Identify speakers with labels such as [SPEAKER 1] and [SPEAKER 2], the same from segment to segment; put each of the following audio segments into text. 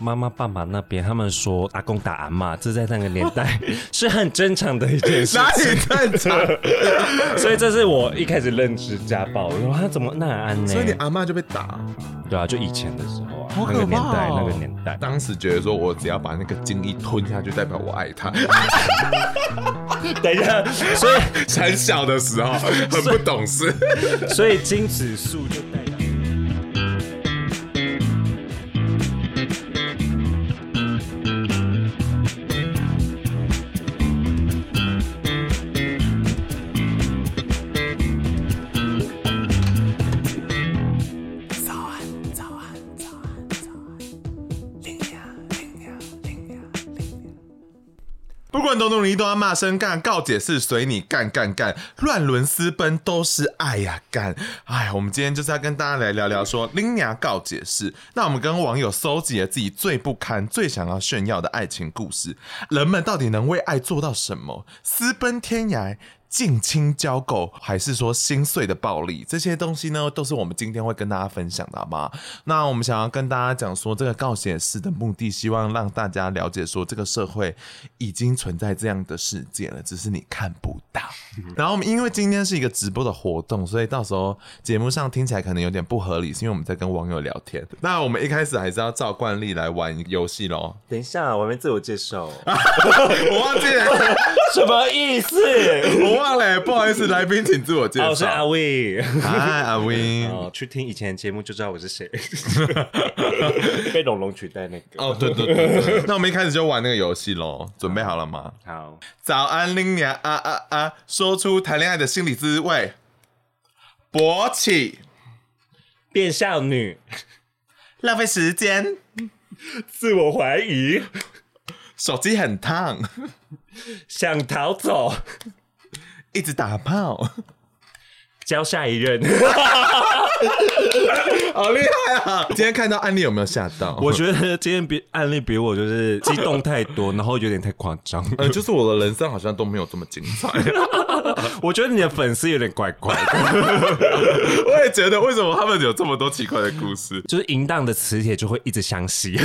[SPEAKER 1] 妈妈、爸爸那边，他们说阿公打阿妈，这在那个年 代是很正常的一件事
[SPEAKER 2] 哪
[SPEAKER 1] 情
[SPEAKER 2] 里，正常？
[SPEAKER 1] 所以这是我一开始认知家暴。我说他怎么那安呢
[SPEAKER 2] 所以？你阿妈就被打，
[SPEAKER 1] 对啊，就以前的时候啊，
[SPEAKER 2] 好
[SPEAKER 1] 那个
[SPEAKER 2] 可
[SPEAKER 1] 年
[SPEAKER 2] 怕
[SPEAKER 1] 代，
[SPEAKER 2] 哦
[SPEAKER 1] 那个年代，
[SPEAKER 2] 当时觉得说我只要把那个精液吞下去，代表我爱 他。
[SPEAKER 1] 等一下，所以
[SPEAKER 2] 很小的时 候很不懂事，
[SPEAKER 1] 所以精子素就代表。
[SPEAKER 2] 不管懂不懂你都要骂声干，告解是随你干干干，乱伦私奔都是爱呀、干！哎，我们今天就是要跟大家来聊聊说林雅告解是。那我们跟网友搜集了自己最不堪、最想要炫耀的爱情故事，人们到底能为爱做到什么？私奔天涯。近亲交媾，还是说心碎的暴力，这些东西呢，都是我们今天会跟大家分享的，好不好？那我们想要跟大家讲说，这个告解式的目的，希望让大家了解说，这个社会已经存在这样的世界了，只是你看不到。然后我们因为今天是一个直播的活动，所以到时候节目上听起来可能有点不合理，是因为我们在跟网友聊天。那我们一开始还是要照惯例来玩游戏喽。
[SPEAKER 1] 等一下，我还没自我介 绍，
[SPEAKER 2] 我忘记了，
[SPEAKER 1] 什么意思？
[SPEAKER 2] 我忘了，不好意思，来宾请自我介
[SPEAKER 1] 哦，
[SPEAKER 2] 绍。
[SPEAKER 1] 我是阿威。
[SPEAKER 2] 嗨，阿 Win。
[SPEAKER 1] 哦，去听以前的节目就知道我是谁， 被龙龙取代那个。
[SPEAKER 2] 哦，对对对对 对那我们一开始就玩那个游戏喽，准备好了吗？
[SPEAKER 1] 好，
[SPEAKER 2] 早安，林娘啊啊啊，说出谈恋爱的心理滋味。勃起，
[SPEAKER 1] 变少女，
[SPEAKER 2] 浪费时间，
[SPEAKER 1] 自我怀疑，
[SPEAKER 2] 手机很 烫，
[SPEAKER 1] 想逃走，
[SPEAKER 2] 一直打炮，
[SPEAKER 1] 交下一任。
[SPEAKER 2] 好厉害啊！今天看到案例有没有吓到？
[SPEAKER 1] 我觉得今天比案例比我就是激动太多，然后有点太夸张。
[SPEAKER 2] 呃，就是我的人生好像都没有这么精 彩。
[SPEAKER 1] 我觉得你的粉丝有点怪怪的，
[SPEAKER 2] 我也觉得，为什么他们有这么多奇怪的故事？
[SPEAKER 1] 就是淫荡的磁铁就会一直相吸。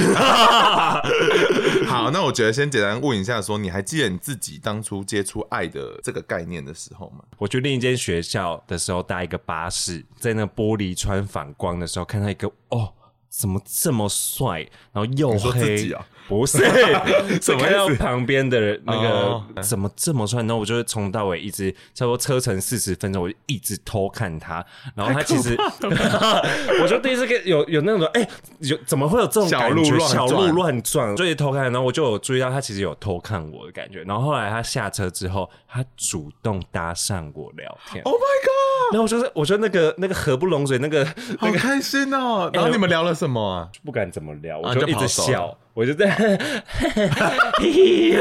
[SPEAKER 2] 好，那我觉得先简单问一下说你还记得你自己当初接触爱的这个概念的时候吗？
[SPEAKER 1] 我去另一间学校的时候搭一个巴士，在那玻璃穿反光的时候，看到一个哦。怎么这么帅？然后又
[SPEAKER 2] 你说自
[SPEAKER 1] 黑，
[SPEAKER 2] 己啊
[SPEAKER 1] 不 是，
[SPEAKER 2] 什
[SPEAKER 1] 是
[SPEAKER 2] 么
[SPEAKER 1] 看到
[SPEAKER 2] 意思
[SPEAKER 1] 旁边的人那
[SPEAKER 2] 哦
[SPEAKER 1] 个嗯怎么这么帅？然后我就从头到尾一直差不多车程四十分钟，我就一直偷看他。然后他其实， 我就第一次跟有有那种哎、有怎么会有这种
[SPEAKER 2] 小
[SPEAKER 1] 感
[SPEAKER 2] 鹿
[SPEAKER 1] 觉？
[SPEAKER 2] 乱
[SPEAKER 1] 小鹿
[SPEAKER 2] 撞
[SPEAKER 1] 乱撞，所以偷看，然后我就有注意到他其实有偷看我的感觉。然后后来他下车之后，他主动搭讪我聊天。
[SPEAKER 2] Oh my god！
[SPEAKER 1] 然后我就是，我觉得那个那个合不拢嘴，那个
[SPEAKER 2] 好开心哦！然后你们聊了什么啊？
[SPEAKER 1] 不敢怎么聊，我
[SPEAKER 2] 啊
[SPEAKER 1] 就
[SPEAKER 2] 就
[SPEAKER 1] 一直
[SPEAKER 2] 跑走
[SPEAKER 1] 笑，我就在， 嘿嘿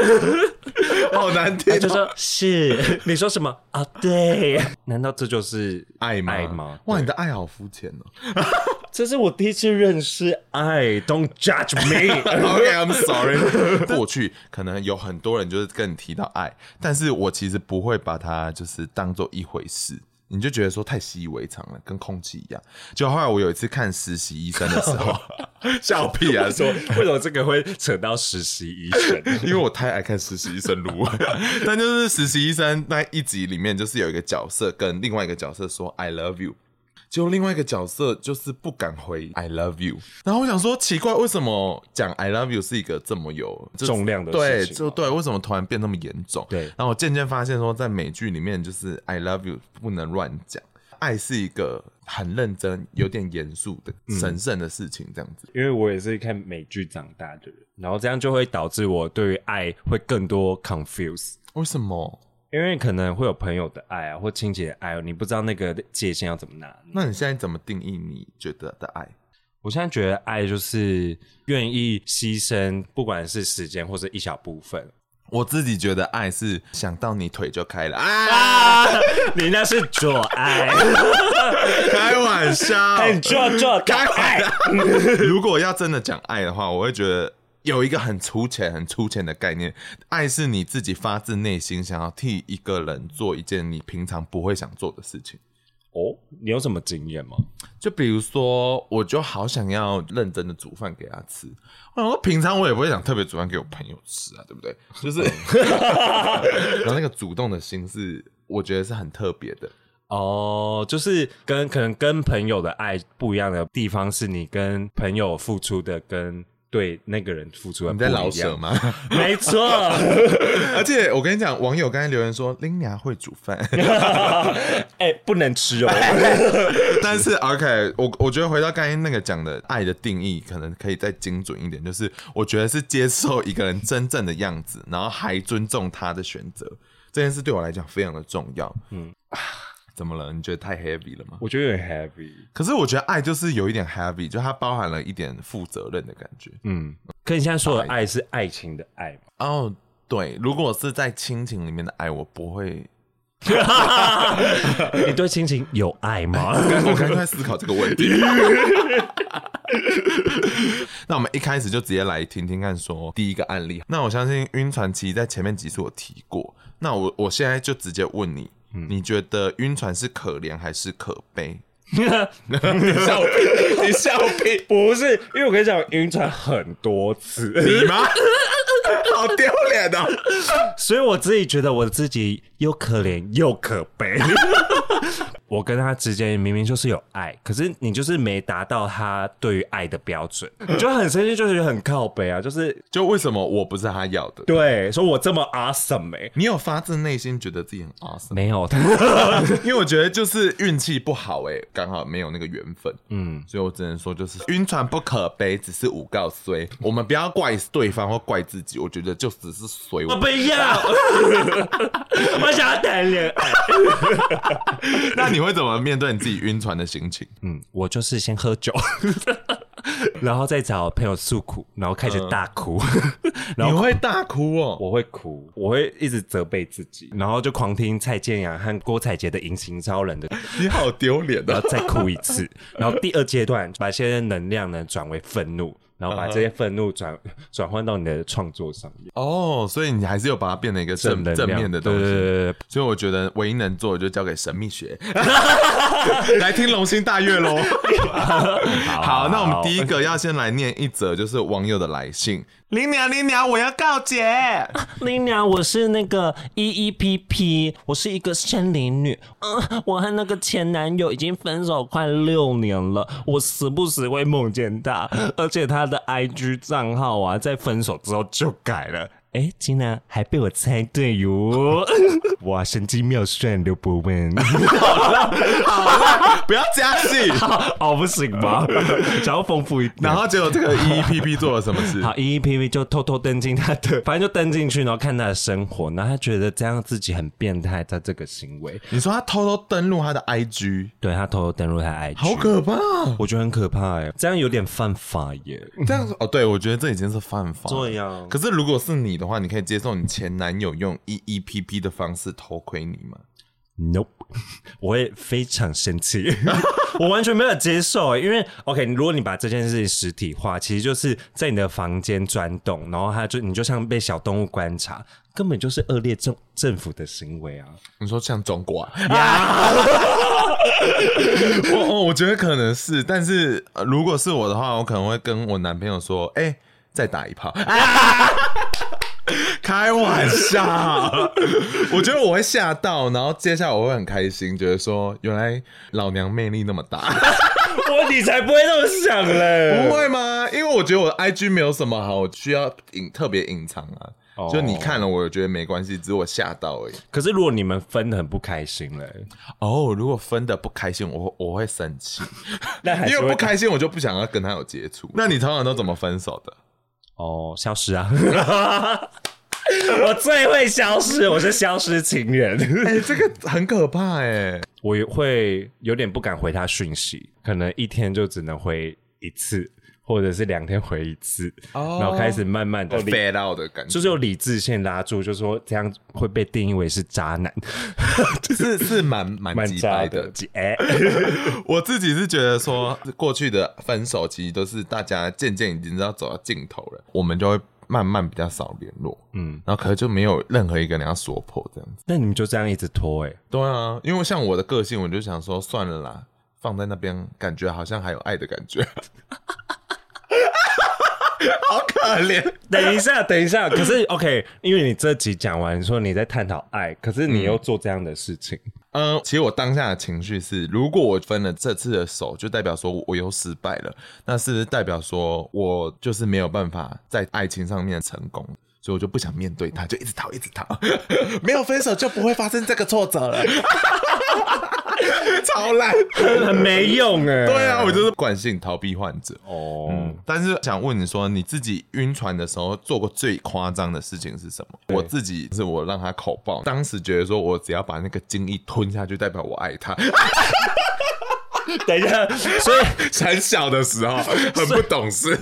[SPEAKER 2] 好难听
[SPEAKER 1] 他
[SPEAKER 2] 哦，
[SPEAKER 1] 就说 是你说什么啊？对， 难道这就是
[SPEAKER 2] 爱吗？
[SPEAKER 1] 爱吗？
[SPEAKER 2] 哇，你的爱好肤浅哦。
[SPEAKER 1] 这是我第一次认识爱，Don't judge me。
[SPEAKER 2] OK，I'm sorry。过去可能有很多人就是跟你提到爱，但是我其实不会把它就是当做一回事。你就觉得说太习以为常了，跟空气一样。就后来我有一次看实习医生的时候， 笑屁啊！
[SPEAKER 1] 说 为什么这个会扯到实习医 生？
[SPEAKER 2] 因为我太爱看实习医生录， 但就是实习医生那一集里面，就是有一个角色跟另外一个角色说 “I love you”，结果另外一个角色就是不敢回 “I love you”。然后我想说，奇怪，为什么讲 “I love you” 是一个这么有就是
[SPEAKER 1] 重量的
[SPEAKER 2] 对，
[SPEAKER 1] 事情
[SPEAKER 2] 就
[SPEAKER 1] 吗
[SPEAKER 2] 对，为什么突然变那么严重？
[SPEAKER 1] 对
[SPEAKER 2] 然后我渐渐发现说，在美剧里面，就是 “I love you” 不能乱讲。爱是一个很认真、有点严肃的、
[SPEAKER 1] 嗯
[SPEAKER 2] 神圣的事情，这样子。
[SPEAKER 1] 因为我也是看美剧长大的人，然后这样就会导致我对于爱会更多 confuse，
[SPEAKER 2] 为什么？
[SPEAKER 1] 因为可能会有朋友的爱啊，或亲戚的爱，你不知道那个界限要怎么拿捏。
[SPEAKER 2] 那你现在怎么定义你觉得的爱？
[SPEAKER 1] 我现在觉得爱就是愿意牺牲，不管是时间或者一小部分。
[SPEAKER 2] 我自己觉得爱是想到你腿就开了啊，
[SPEAKER 1] 啊，你那是左爱，
[SPEAKER 2] 开玩笑，
[SPEAKER 1] 左左的爱。
[SPEAKER 2] 如果要真的讲爱的话，我会觉得有一个很粗浅、很粗浅的概念，爱是你自己发自内心想要替一个人做一件你平常不会想做的事情。
[SPEAKER 1] 哦，你有什么经验吗？
[SPEAKER 2] 就比如说，我就好想要认真的煮饭给他吃。我想说，平常我也不会想特别煮饭给我朋友吃啊，对不对？就是， 然后那个主动的心是，我觉得是很特别的。
[SPEAKER 1] 哦，就是跟可能跟朋友的爱不一样的地方，是你跟朋友付出的跟对那个人付出的
[SPEAKER 2] 你
[SPEAKER 1] 不
[SPEAKER 2] 在
[SPEAKER 1] 一
[SPEAKER 2] 老
[SPEAKER 1] 样。
[SPEAKER 2] 舍吗？
[SPEAKER 1] 没错，
[SPEAKER 2] 而且我跟你讲，网友刚才留言说林娘会煮饭，
[SPEAKER 1] 哎、不能 吃哦。
[SPEAKER 2] 但是 OK，我我觉得回到刚才那个讲的爱的定义，可能可以再精准一点，就是我觉得是接受一个人真正的样子，然后还尊重他的选择，这件事对我来讲非常的重要。嗯，怎么了？你觉得太 heavy 了吗？
[SPEAKER 1] 我觉得有点 heavy。
[SPEAKER 2] 可是我觉得爱就是有一点 heavy，就它包含了一点负责任的感觉。
[SPEAKER 1] 嗯，可你现在说的爱是爱情的爱吗？
[SPEAKER 2] 哦、对，如果是在亲情里面的爱，我不会。
[SPEAKER 1] 你对亲情有爱 吗？
[SPEAKER 2] 我刚刚在思考这个问 题。那我们一开始就直接来听听看，说第一个案例。那我相信晕船其实在前面几次我提过，那我我现在就直接问你，你觉得晕船是可怜还是可悲？
[SPEAKER 1] 你笑屁！你笑屁！不是，因为我跟你讲，晕船很多次，
[SPEAKER 2] 你吗？好丢脸哦！
[SPEAKER 1] 所以我自己觉得我自己又可怜又可悲。 我跟他之间明明就是有爱，可是你就是没达到他对于爱的标准，你就很生气，就觉得很靠北啊，就是
[SPEAKER 2] 就为什么我不是他要的？
[SPEAKER 1] 对，说我这么 awesome 哎、
[SPEAKER 2] 你有发自内心觉得自己很 awesome，
[SPEAKER 1] 没有，
[SPEAKER 2] 因为我觉得就是运气不好哎、刚好没有那个缘分，嗯，所以我只能说就是晕船不可悲，只是五告 衰。我们不要怪对方或怪自己，我觉得就只是随
[SPEAKER 1] 我
[SPEAKER 2] 我。
[SPEAKER 1] 不要，我想要谈恋爱。
[SPEAKER 2] 那你会怎么面对你自己晕船的心情？
[SPEAKER 1] 嗯，我就是先喝酒， 然后再找朋友诉苦，然后开始大哭， 然后。
[SPEAKER 2] 会大哭哦。
[SPEAKER 1] 我会哭，我会一直责备自己，然后就狂听蔡健雅和郭采洁的《隐形超人》的，
[SPEAKER 2] 你好丢脸
[SPEAKER 1] 然
[SPEAKER 2] 啊！
[SPEAKER 1] 后再哭一 次。然后第二阶段，把这些能量呢转为愤怒，然后把这些愤怒转转换到你的创作上面，
[SPEAKER 2] 哦，所以你还是有把它变成一个正
[SPEAKER 1] 能
[SPEAKER 2] 正
[SPEAKER 1] 量
[SPEAKER 2] 面的东
[SPEAKER 1] 对对
[SPEAKER 2] 西。
[SPEAKER 1] 对对对
[SPEAKER 2] 所以我觉得唯一能做的就交给神秘学， 来听龙心大悦喽。 好，那我们第一个要先来念一则，就是网友的来信。林娘，林娘，我要告解。
[SPEAKER 3] 林娘，我是那个 E E P P，我是一个森林女。嗯，我和那个前男友已经分手快六年了，我时不时会梦见他，而且他的 I G 账号啊，在分手之后就改了。哎，竟然还被我猜对 哟！哇，神机妙算刘伯温，
[SPEAKER 2] 好啦， 不要加 戏。
[SPEAKER 3] 哦，不行吧？ 想要丰富一点。
[SPEAKER 2] 然后结果这 个 E E P P 做了什么事？
[SPEAKER 3] 好，E E P V 就偷偷登进他的，
[SPEAKER 1] 反正就登进去，然后看他的生活，然后他觉得这样自己很变态，他这个行为，
[SPEAKER 2] 你说他偷偷登录他的 I G，
[SPEAKER 1] 对他偷偷登入他的 IG，
[SPEAKER 2] 好可怕哦！
[SPEAKER 1] 我觉得很可怕哎、这样有点犯法耶。
[SPEAKER 2] 这样子哦，对我觉得这已经是犯法。
[SPEAKER 1] 对呀
[SPEAKER 2] 可是如果是你的话，你可以接受你前男友用 E E P P 的方式偷窥你吗？
[SPEAKER 1] Nope，我 会非常生气， 我完全没有接受欸、因为 OK，如果你把这件事情实体化，其实就是在你的房间钻洞，然后他就你就像被小动物观察，根本就是恶劣政政府的行为啊！
[SPEAKER 2] 你说像中国啊？ 我哦，我觉得可能是，但是、呃如果是我的话，我可能会跟我男朋友说：“哎、再打一炮。 开玩笑， 我觉得我会吓 到，然后接下来我会很开心，觉得说原来老娘魅力那么大。
[SPEAKER 1] 我你才不会那么想嘞，
[SPEAKER 2] 不会吗？因为我觉得我的 IG 没有什么好需要隐特别隐藏啊。
[SPEAKER 1] 哦
[SPEAKER 2] 就你看了，我觉得没关系，只是我吓到而已。
[SPEAKER 1] 可是如果你们分得很不开心嘞，
[SPEAKER 2] 哦，如果分的不开心，我会我会生气，
[SPEAKER 1] 那还
[SPEAKER 2] 因
[SPEAKER 1] 是
[SPEAKER 2] 为
[SPEAKER 1] 会
[SPEAKER 2] 不开心我就不想要跟他有接触。那你通常都怎么分手的？
[SPEAKER 1] 哦，消失啊！ 我最会消失，我是消失情人。
[SPEAKER 2] 哎、这个很可怕哎、
[SPEAKER 1] 我也会有点不敢回他讯息，可能一天就只能回一次，或者是两天回一次，
[SPEAKER 2] 哦
[SPEAKER 1] 然后开始慢慢的
[SPEAKER 2] 我 fade out 的感觉，
[SPEAKER 1] 就是有理智线拉住，就说这样会被定义为是渣男，
[SPEAKER 2] 是是蛮蛮
[SPEAKER 1] 蛮
[SPEAKER 2] 鸡
[SPEAKER 1] 渣
[SPEAKER 2] 掰
[SPEAKER 1] 的
[SPEAKER 2] 的。。
[SPEAKER 1] 哎，
[SPEAKER 2] 我自己是觉得说，过去的分手其实都是大家渐渐已经知道走到尽头了，我们就会慢慢比较少联络，嗯，然后可能就没有任何一个人要说破这样子。
[SPEAKER 1] 那你们就这样一直拖哎、
[SPEAKER 2] 对啊，因为像我的个性，我就想说算了啦，放在那边，感觉好像还有爱的感觉。 好可怜，
[SPEAKER 1] 等一下，等一下， 可是 OK，因为你这集讲完说你在探讨爱，可是你又做这样的事情，
[SPEAKER 2] 嗯，其实我当下的情绪是，如果我分了这次的手，就代表说我又失败了，那是不是代表说我就是没有办法在爱情上面成功？所以我就不想面对他，就一直逃，一直逃， 没有分手就不会发生这个挫折了，超烂。
[SPEAKER 1] 很 没用哎、
[SPEAKER 2] 对啊，我就是惯性逃避患者。
[SPEAKER 1] 哦。
[SPEAKER 2] 嗯，但是想问你说，你自己晕船的时候做过最夸张的事情是什么？我自己是我让他口爆，当时觉得说我只要把那个精液吞下去，代表我爱他。
[SPEAKER 1] 等一下，所 以
[SPEAKER 2] 很小的时 候，很不懂事。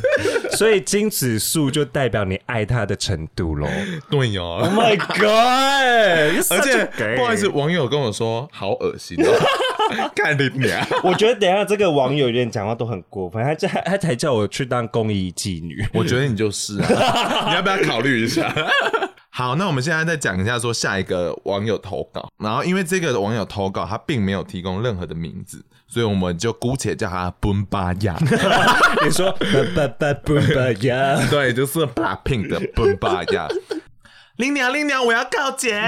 [SPEAKER 1] 所以金指数就代表你爱他的程度喽。
[SPEAKER 2] 对哦，
[SPEAKER 1] My God！
[SPEAKER 2] 而且不好意思，，网友跟我说好恶心 哦，看你娘！
[SPEAKER 1] 我觉得等一下这个网友有点讲话都很过分，他这他才叫我去当公益妓女。
[SPEAKER 2] 我觉得你就是啊， 你要不要考虑一下？ 好，那我们现在再讲一下说下一个网友投稿，然后因为这个网友投稿他并没有提供任何的名字，所以我们就姑且叫他奔巴亚，
[SPEAKER 1] 你说吧吧吧不吧呀？
[SPEAKER 2] 对，就是 Blackpink 的奔巴亚。林娘，林娘，我要告解。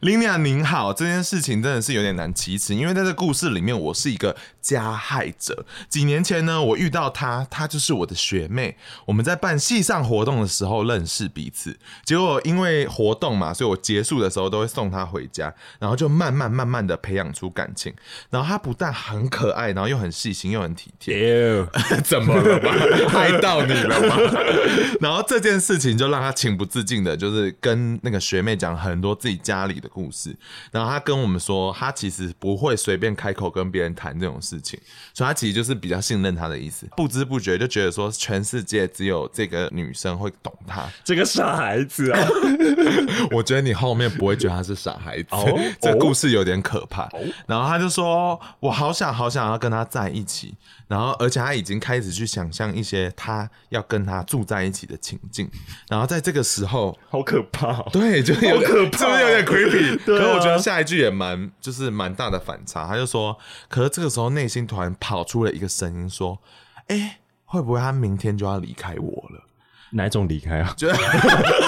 [SPEAKER 2] 林娘您好，这件事情真的是有点难启齿，因为在这故事里面，我是一个加害者。几年前呢，我遇到她，她就是我的学妹。我们在办系上活动的时候认识彼此，结果因为活动嘛，所以我结束的时候都会送她回家，然后就慢慢慢慢的培养出感情。然后她不但很可爱，然后又很细心，又很体贴。 怎么了吧？害到你了吧？ 然后这件事情就让他情不自禁的，就是跟那个学妹讲很多自己家里的故事。然后他跟我们说，他其实不会随便开口跟别人谈这种事情，所以他其实就是比较信任她的意思。不知不觉就觉得说，全世界只有这个女生会懂他。
[SPEAKER 1] 这个傻孩子啊！
[SPEAKER 2] 我觉得你后面不会觉得他是傻孩子，
[SPEAKER 1] 哦
[SPEAKER 2] 这故事有点可怕。然后他就说：“我好想好想要跟他在一起。”然后，而且他已经开始去想象一些他要跟他住在一起的情境。然后在这个时候，
[SPEAKER 1] 好可怕哦、
[SPEAKER 2] 对，就是 有点
[SPEAKER 1] 好可怕
[SPEAKER 2] 是不是有点 creepy？
[SPEAKER 1] 对啊
[SPEAKER 2] 可是我觉得下一句也蛮，就是蛮大的反差。他就说，可是这个时候内心突然跑出了一个声音说：“哎、会不会他明天就要离开我了？”
[SPEAKER 1] 哪一种离开啊？
[SPEAKER 2] 就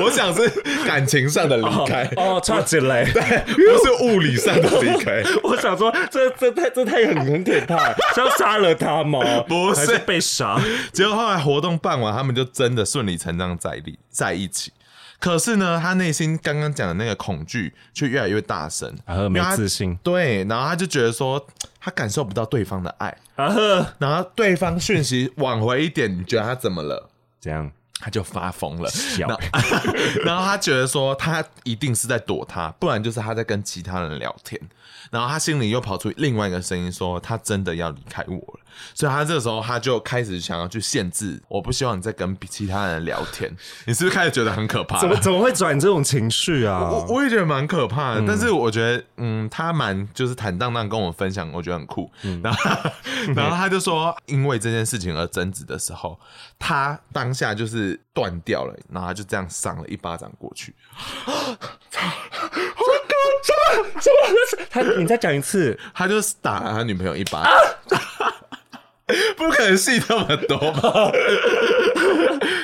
[SPEAKER 2] 我想是感情上的离开，
[SPEAKER 1] 哦，差起来！
[SPEAKER 2] 不是物理上的离开。
[SPEAKER 1] 我想说，这这太这太很很可怕，是要杀了他吗？
[SPEAKER 2] 不是
[SPEAKER 1] 还是被杀。
[SPEAKER 2] 结果后来活动办完，他们就真的顺理成章在一在一起。可是呢，他内心刚刚讲的那个恐惧却越来越大声，
[SPEAKER 1] 啊呵
[SPEAKER 2] 因为他
[SPEAKER 1] 没自信
[SPEAKER 2] 对，然后他就觉得说，他感受不到对方的爱，
[SPEAKER 1] 啊呵，
[SPEAKER 2] 然后对方讯息挽回一点，你觉得他怎么了？
[SPEAKER 1] 这样
[SPEAKER 2] 他就发疯了，
[SPEAKER 1] 小哎
[SPEAKER 2] 然后 然后他觉得说他一定是在躲他，不然就是他在跟其他人聊天。然后他心里又跑出另外一个声音说他真的要离开我了，所以他这时候他就开始想要去限制，我不希望你再跟其他人聊天。你是不是开始觉得很可怕？
[SPEAKER 1] 怎么怎么会转这种情绪啊？
[SPEAKER 2] 我我也觉得蛮可怕的，但是我觉得，嗯，他蛮就是坦荡荡跟我分享，我觉得很酷。然后， 然后他就说，因为这件事情而争执的时候，他当下就是断掉了，然后他就这样赏了一巴掌过去。
[SPEAKER 1] 什么？他你再讲一次，
[SPEAKER 2] 他就打了 他女朋友一巴掌。不可能戏那么多吧？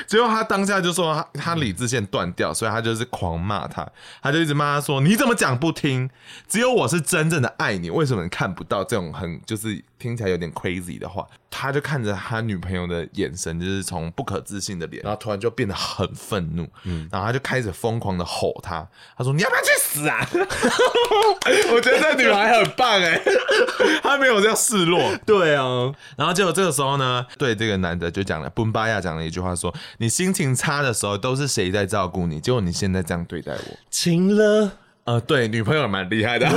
[SPEAKER 2] 结果他当下就说他他理智线断掉，所以他就是狂骂他，他就一直骂他说你怎么讲不听？只有我是真正的爱你，为什么你看不到这种很就是听起来有点 crazy 的话？他就看着他女朋友的眼神，就是从不可置信的脸，然后突然就变得很愤怒，然后他就开始疯狂的吼他，他说你要不要去死啊？ 我觉得这女孩很棒哎、 她没有这样示弱。
[SPEAKER 1] 对啊，
[SPEAKER 2] 然后结果这个时候呢，对这个男的就讲了，布巴亚讲了一句话说：“你心情差的时候都是谁在照顾你？结果你现在这样对待我。
[SPEAKER 1] 晴了，”
[SPEAKER 2] 呃，对，女朋友蛮厉害的。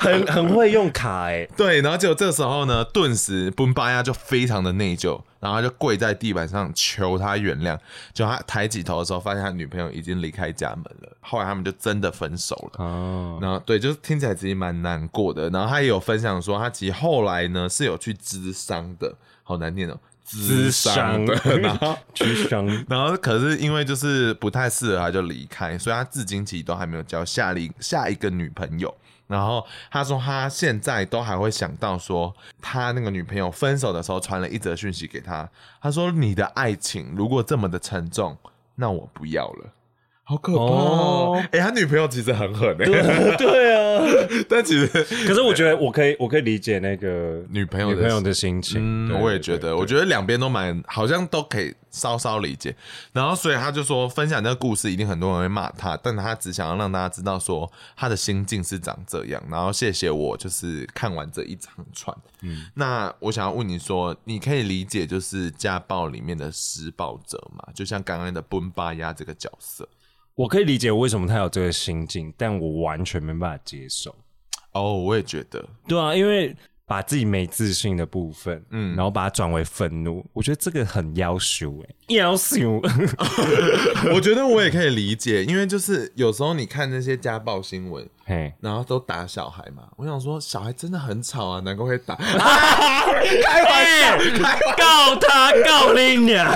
[SPEAKER 1] 很很会用卡哎、
[SPEAKER 2] 对，然后结果这时候呢，顿时布巴亚就非常的内疚，然后他就跪在地板上求他原谅。就他抬起头的时候，发现他女朋友已经离开家门了。后来他们就真的分手 了。
[SPEAKER 1] 哦，
[SPEAKER 2] 然后对，就是听起来其实蛮难过的。然后他也有分享说，他其实后来呢是有去咨商的，好难念哦，咨商 的。然后，
[SPEAKER 1] 智商
[SPEAKER 2] 然后可是因为就是不太适合，他就离开，所以他至今其实都还没有交下一下一个女朋友。然后他说，他现在都还会想到说，他那个女朋友分手的时候传了一则讯息给他，他说：“你的爱情如果这么的沉重，那我不要了。”好可怕哦！哎、
[SPEAKER 1] 哦
[SPEAKER 2] 他女朋友其实很狠、欸，
[SPEAKER 1] 对啊。
[SPEAKER 2] 但其实
[SPEAKER 1] 可是我觉得我可以，我可以理解那个
[SPEAKER 2] 女朋友的
[SPEAKER 1] 女朋友的心情。对
[SPEAKER 2] 嗯，我也觉得，我觉得两边都蛮，好像都可以稍稍理解。然后，所以他就说，分享这个故事，一定很多人会骂他，但他只想要让大家知道说他的心境是长这样。然后，谢谢我，就是看完这一长串。嗯，那我想要问你说，你可以理解就是家暴里面的施暴者吗？就像刚刚的奔巴亚这个角色。
[SPEAKER 1] 我可以理解为什么他有这个心境，但我完全没办法接受。
[SPEAKER 2] 哦，我也觉 得，
[SPEAKER 1] 对啊，因为把自己没自信的部分，嗯，然后把它转为愤怒，我觉得这个很要求哎、欸，要求
[SPEAKER 2] 我觉得我也可以理解，因为就是有时候你看那些家暴新闻，
[SPEAKER 1] 嘿，
[SPEAKER 2] 然后都打小孩嘛。我想说，小孩真的很吵啊，难怪会打。开玩笑，开玩
[SPEAKER 1] 告他告你啊！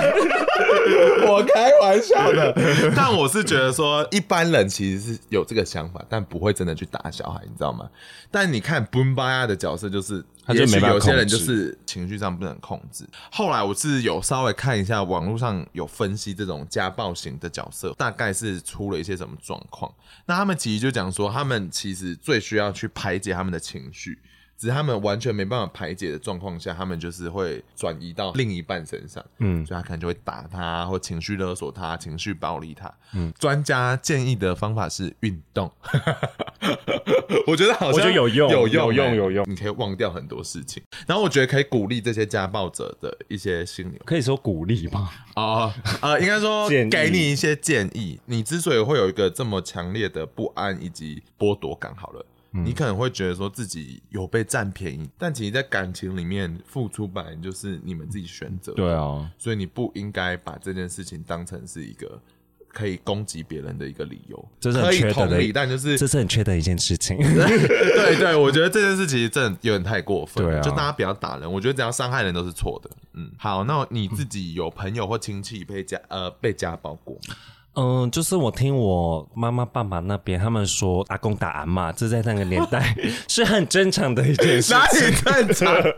[SPEAKER 2] 我开玩笑的。 但我是觉得说，一般人其实是有这个想法，但不会真的去打小孩，你知道吗？但你看 b 巴亚的角色就是。
[SPEAKER 1] 他就没办法
[SPEAKER 2] 也许有些人
[SPEAKER 1] 控制
[SPEAKER 2] 就是情绪上不能控制。后来我是有稍微看一下网络上有分析这种家暴型的角色，大概是出了一些什么状况。那他们其实就讲说，他们其实最需要去排解他们的情绪，只是他们完全没办法排解的状况下，他们就是会转移到另一半身上，嗯，所以他可能就会打他，或情绪勒索他，情绪暴力他。嗯，专家建议的方法是运 动，我觉得好像
[SPEAKER 1] 我觉得有用
[SPEAKER 2] 有用，
[SPEAKER 1] 有用
[SPEAKER 2] 欸
[SPEAKER 1] 有用
[SPEAKER 2] 你可以忘掉很多事情。然后我觉得可以鼓励这些家暴者的一些心理
[SPEAKER 1] 可以说鼓励吗？
[SPEAKER 2] 哦，呃，应该说
[SPEAKER 1] 建议
[SPEAKER 2] 给你一些建议。你之所以会有一个这么强烈的不安以及剥夺感，好了。
[SPEAKER 1] 嗯
[SPEAKER 2] 你可能会觉得说自己有被占便宜，但其实，在感情里面付出本来就是你们自己选择，
[SPEAKER 1] 对，啊，
[SPEAKER 2] 所以你不应该把这件事情当成是一个可以攻击别人的一个理由。
[SPEAKER 1] 这是很
[SPEAKER 2] 可以
[SPEAKER 1] 缺德
[SPEAKER 2] 同
[SPEAKER 1] 的
[SPEAKER 2] 理，但就是
[SPEAKER 1] 这是很缺德的一件事情。
[SPEAKER 2] 对对，我觉得这件事其实真的有点太过分了。
[SPEAKER 1] 对啊
[SPEAKER 2] 就大家不要打人，我觉得只要伤害人都是错的。嗯，好，那你自己有朋友或亲戚被家呃被家暴过吗？
[SPEAKER 1] 嗯，就是我听我妈妈、爸爸那边他们说，阿公打阿妈，这在那个年 代是很正常的一件事
[SPEAKER 2] 哪里正常？
[SPEAKER 1] 情，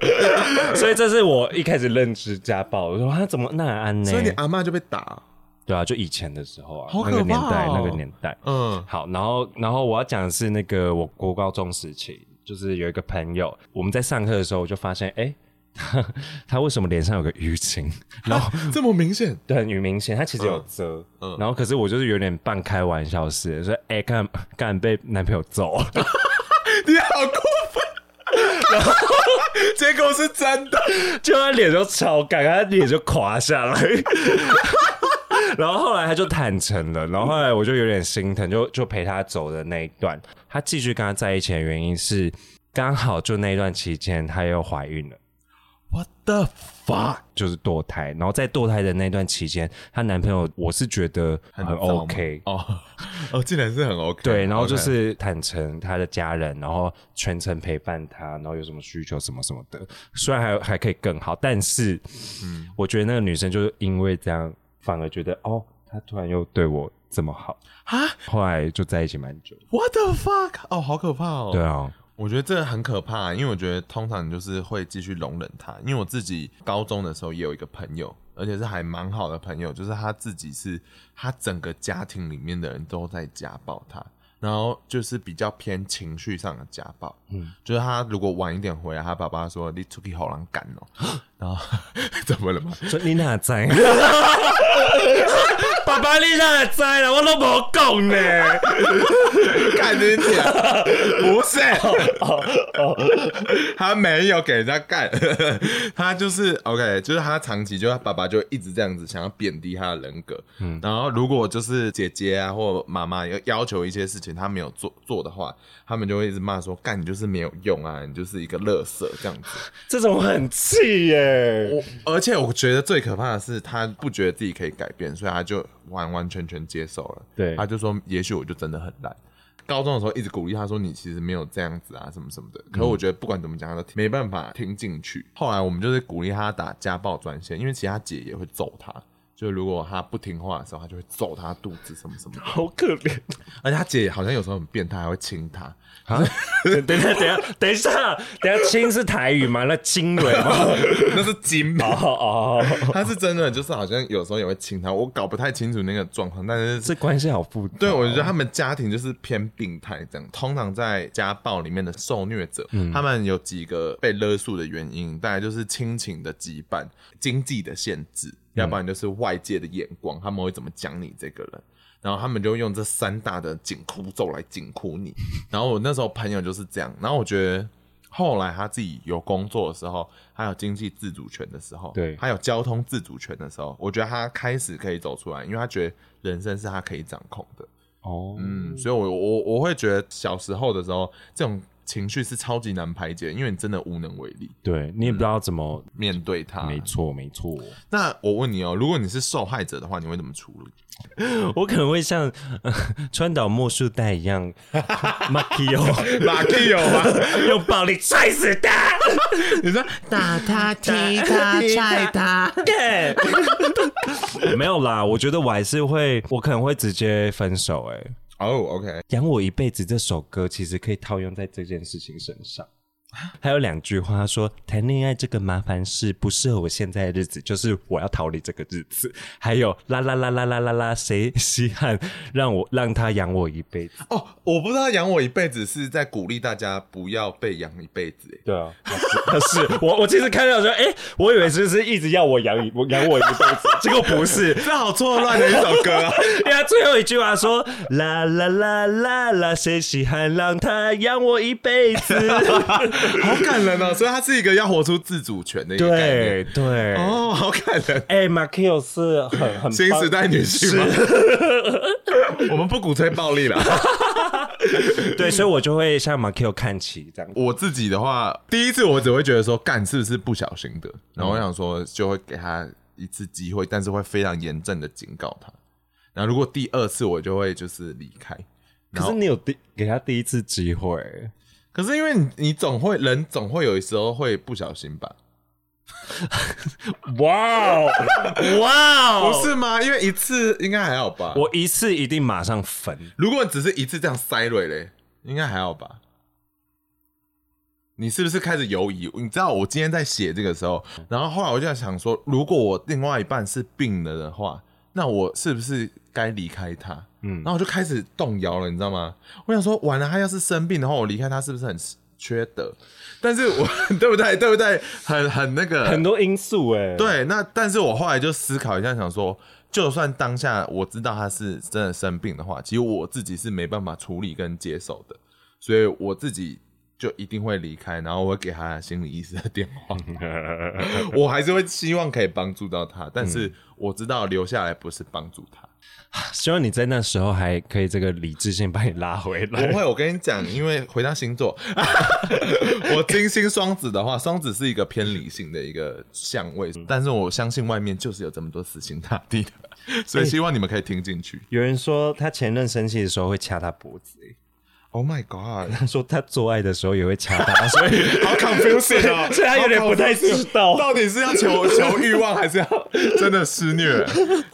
[SPEAKER 1] 所以这是我一开始认知家暴。我说他怎么那安呢
[SPEAKER 2] 所？以你阿妈就被打，
[SPEAKER 1] 对啊，就以前的时候啊，
[SPEAKER 2] 好可
[SPEAKER 1] 那个年
[SPEAKER 2] 怕
[SPEAKER 1] 代，
[SPEAKER 2] 哦
[SPEAKER 1] 那个年代，
[SPEAKER 2] 嗯，
[SPEAKER 1] 好，然后然后我要讲的是那个我国高中时期，就是有一个朋友，我们在上课的时候，我就发现，哎， 他他为什么脸上有个淤青？ 然 后
[SPEAKER 2] 这么明显，
[SPEAKER 1] 对，很明显，他其实有遮，
[SPEAKER 2] 嗯
[SPEAKER 1] 然后可是我就是有点半开玩笑式的，说，哎，干干被男朋友揍了，
[SPEAKER 2] 你好过分！结果是真的，
[SPEAKER 1] 就他脸就超干，他脸就垮下来。 然后后来他就坦诚了，然后后来我就有点心疼，就就陪他走的那一段。他继续跟他在一起的原因是，刚好就那一段期间她又怀孕了，
[SPEAKER 2] 我的 fuck？
[SPEAKER 1] 就是堕胎。然后在堕胎的那段期间，她男朋友我是觉得很
[SPEAKER 2] 糟吗
[SPEAKER 1] OK，
[SPEAKER 2] 哦哦，竟然是很 OK，
[SPEAKER 1] 对，然后就
[SPEAKER 2] OK
[SPEAKER 1] 是坦诚他的家人，然后全程陪伴他，然后有什么需求什么什么的，虽然还还可以更好，但是，嗯，我觉得那个女生就是因为这样，反而觉得哦，他突然又对我这么好，
[SPEAKER 2] 啊
[SPEAKER 1] 后来就在一起蛮久。
[SPEAKER 2] ，What the fuck？哦，好可怕哦，
[SPEAKER 1] 对啊，
[SPEAKER 2] 我觉得这很可怕，啊因为我觉得通常你就是会继续容忍他。因为我自己高中的时候也有一个朋友，而且是还蛮好的朋友，就是他自己是他整个家庭里面的人都在家暴他，然后就是比较偏情绪上的家暴。嗯，就是他如果晚一点回来，他爸爸说你出去好狼干哦，然后 怎么了吗？
[SPEAKER 1] 说你哪在？ 爸爸，你哪在啦？我都无讲呢。
[SPEAKER 2] 看你讲，不是，他没有给人家干，他就是 OK，就是他长期就他爸爸就一直这样子想要贬低他的人格，嗯，然后如果就是姐姐啊或妈妈要要求一些事情他没有做做的话，他们就会一直骂说干你就是没有用啊，你就是一个垃圾这样子。
[SPEAKER 1] 这种我很气耶！
[SPEAKER 2] 我而且我觉得最可怕的是，他不觉得自己可以改变，所以他就完完全全接受了。
[SPEAKER 1] 对
[SPEAKER 2] 他就说，也许我就真的很烂。高中的时候一直鼓励他说，你其实没有这样子啊，什么什么的。可是我觉得不管怎么讲，他都没办法听进去。后来我们就是鼓励他打家暴专线，因为其他姐也会揍他。就如果他不听话的时候，他就会揍他肚子什么什么的。
[SPEAKER 1] 好可怜。
[SPEAKER 2] 而且他姐好像有时候很变态，还会亲他。
[SPEAKER 1] 等等一下，等一下，等一下，等一下，亲是台语吗？那亲蕊吗？
[SPEAKER 2] 那是金毛。
[SPEAKER 1] 哦哦，
[SPEAKER 2] 他是真的，就是好像有时候也会亲他，我搞不太清楚那个状况，但是
[SPEAKER 1] 这关系好复杂。
[SPEAKER 2] 对，我觉得他们家庭就是偏病态这样。通常在家暴里面的受虐者，他们有几个被勒索的原因，大概就是亲情的羁绊、经济的限制，要不然就是外界的眼光，他们会怎么讲你这个人。然后他们就用这三大的紧箍咒来紧箍你。然后我那时候朋友就是这样。然后我觉得后来他自己有工作的时候，他有经济自主权的时候，
[SPEAKER 1] 对
[SPEAKER 2] 他有交通自主权的时候，我觉得他开始可以走出来，因为他觉得人生是他可以掌控的。
[SPEAKER 1] 哦，
[SPEAKER 2] 嗯，所以我我我会觉得小时候的时候，这种情绪是超级难排解，因为你真的无能为力
[SPEAKER 1] 对你也不知道怎么。
[SPEAKER 2] 面对它。
[SPEAKER 1] 没错，没错。
[SPEAKER 2] 那我问你哦，如果你是受害者的话，你会怎么处理？
[SPEAKER 1] 我可能会像、 呃川岛茉树代一样 m a k i o
[SPEAKER 2] 马屁有吗？
[SPEAKER 1] 用暴力踹死他。
[SPEAKER 2] 你说 打他、踢他、踹他，
[SPEAKER 1] 对， 没有啦，我觉得我还是会，我可能会直接分手、欸。哎，
[SPEAKER 2] 哦、o k
[SPEAKER 1] 《养我一辈子》这首歌其实可以套用在这件事情身上。还有两句话他说：“谈恋爱这个麻烦事不适合我现在的日子，就是我要逃离这个日子。” 还有啦啦啦啦啦啦啦，谁稀罕让我让他养我一辈子？
[SPEAKER 2] 哦，我不知道养我一辈子是在鼓励大家不要被养一辈子。欸
[SPEAKER 1] 对啊， 他是我我其实看到说，哎、我以为就是一直要我养我养我一辈子， 结果不是，
[SPEAKER 2] 这好错乱的一首歌啊！
[SPEAKER 1] 因为他最后一句话说：“啦啦啦啦啦，谁稀罕让他养我一辈子
[SPEAKER 2] 好感人哦，所以它是一个要活出自主权的？”一个概念。
[SPEAKER 1] 对对，
[SPEAKER 2] 哦，好感人，
[SPEAKER 1] 哎、马 k i o 是很很
[SPEAKER 2] 新时
[SPEAKER 1] 棒，
[SPEAKER 2] 代女性吗？ 我们不鼓吹暴力了。
[SPEAKER 1] 对，所以我就会向马 k i o 看齐这样。
[SPEAKER 2] 我自己的话，第一次我只会觉得说干是不是不小心的，然后我想说就会给他一次机会，但是会非常严正的警告他。然后如果第二次我就会就是离开。然
[SPEAKER 1] 可
[SPEAKER 2] 后
[SPEAKER 1] 是你有第给他第一次机会，
[SPEAKER 2] 可是因为你你总会人总会有时候会不小心吧？
[SPEAKER 1] 哇哦 哇哦！
[SPEAKER 2] 不，是吗？因为一次应该还好吧。
[SPEAKER 1] 我一次一定马上分，
[SPEAKER 2] 如果只是一次这样塞蕊嘞，应该还好吧？你是不是开始犹疑？你知道我今天在写这个时候，然后后来我就在想说，如果我另外一半是病了的话，那我是不是该离开他？嗯，然后我就开始动摇了，你知道吗？我想说，完了，他要是生病的话，我离开他是不是很缺德？但是我 对不对？对不对？很很那个，
[SPEAKER 1] 很多因素哎。，
[SPEAKER 2] 对，那但是我后来就思考一下，想说，就算当下我知道他是真的生病的话，其实我自己是没办法处理跟接受的，所以我自己就一定会离开，然后我会给他心理医师的电话，我还是会希望可以帮助到他，但是我知道留下来不是帮助他。
[SPEAKER 1] 希望你在那时候还可以这个理智性把你拉回来。
[SPEAKER 2] 不会，我跟你讲，因为回到星座，我金星双子的话，双子是一个偏理性的一个相位，
[SPEAKER 1] 嗯
[SPEAKER 2] 但是我相信外面就是有这么多死心塌地的，
[SPEAKER 1] 哎
[SPEAKER 2] 所以希望你们可以听进去。
[SPEAKER 1] 有人说他前任生气的时候会掐他脖子、欸
[SPEAKER 2] Oh my god！
[SPEAKER 1] 他说他做爱的时候也会掐他，所以
[SPEAKER 2] 哎好 confusing 哦，
[SPEAKER 1] 所以他有点不太知道
[SPEAKER 2] 好 confusing 到底是要求求欲望，还是要真的 施虐？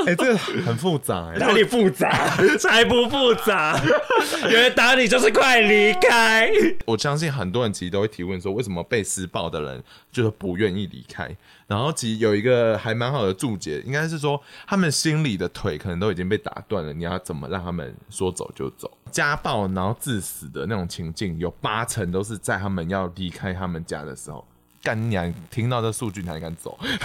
[SPEAKER 2] 哎、这很复杂哎、
[SPEAKER 1] 哪里复杂？才不复杂！ 有人打你就是快离开。
[SPEAKER 2] 我相信很多人其实都会提问说，为什么被施暴的人就是不愿意离开？然后其实有一个还蛮好的注解，应该是说他们心里的腿可能都已经被打断了，你要怎么让他们说走就走？家暴然后致死的那种情境，有八成都是在他们要离开他们家的时候。干你娘！听到这数据你还敢走，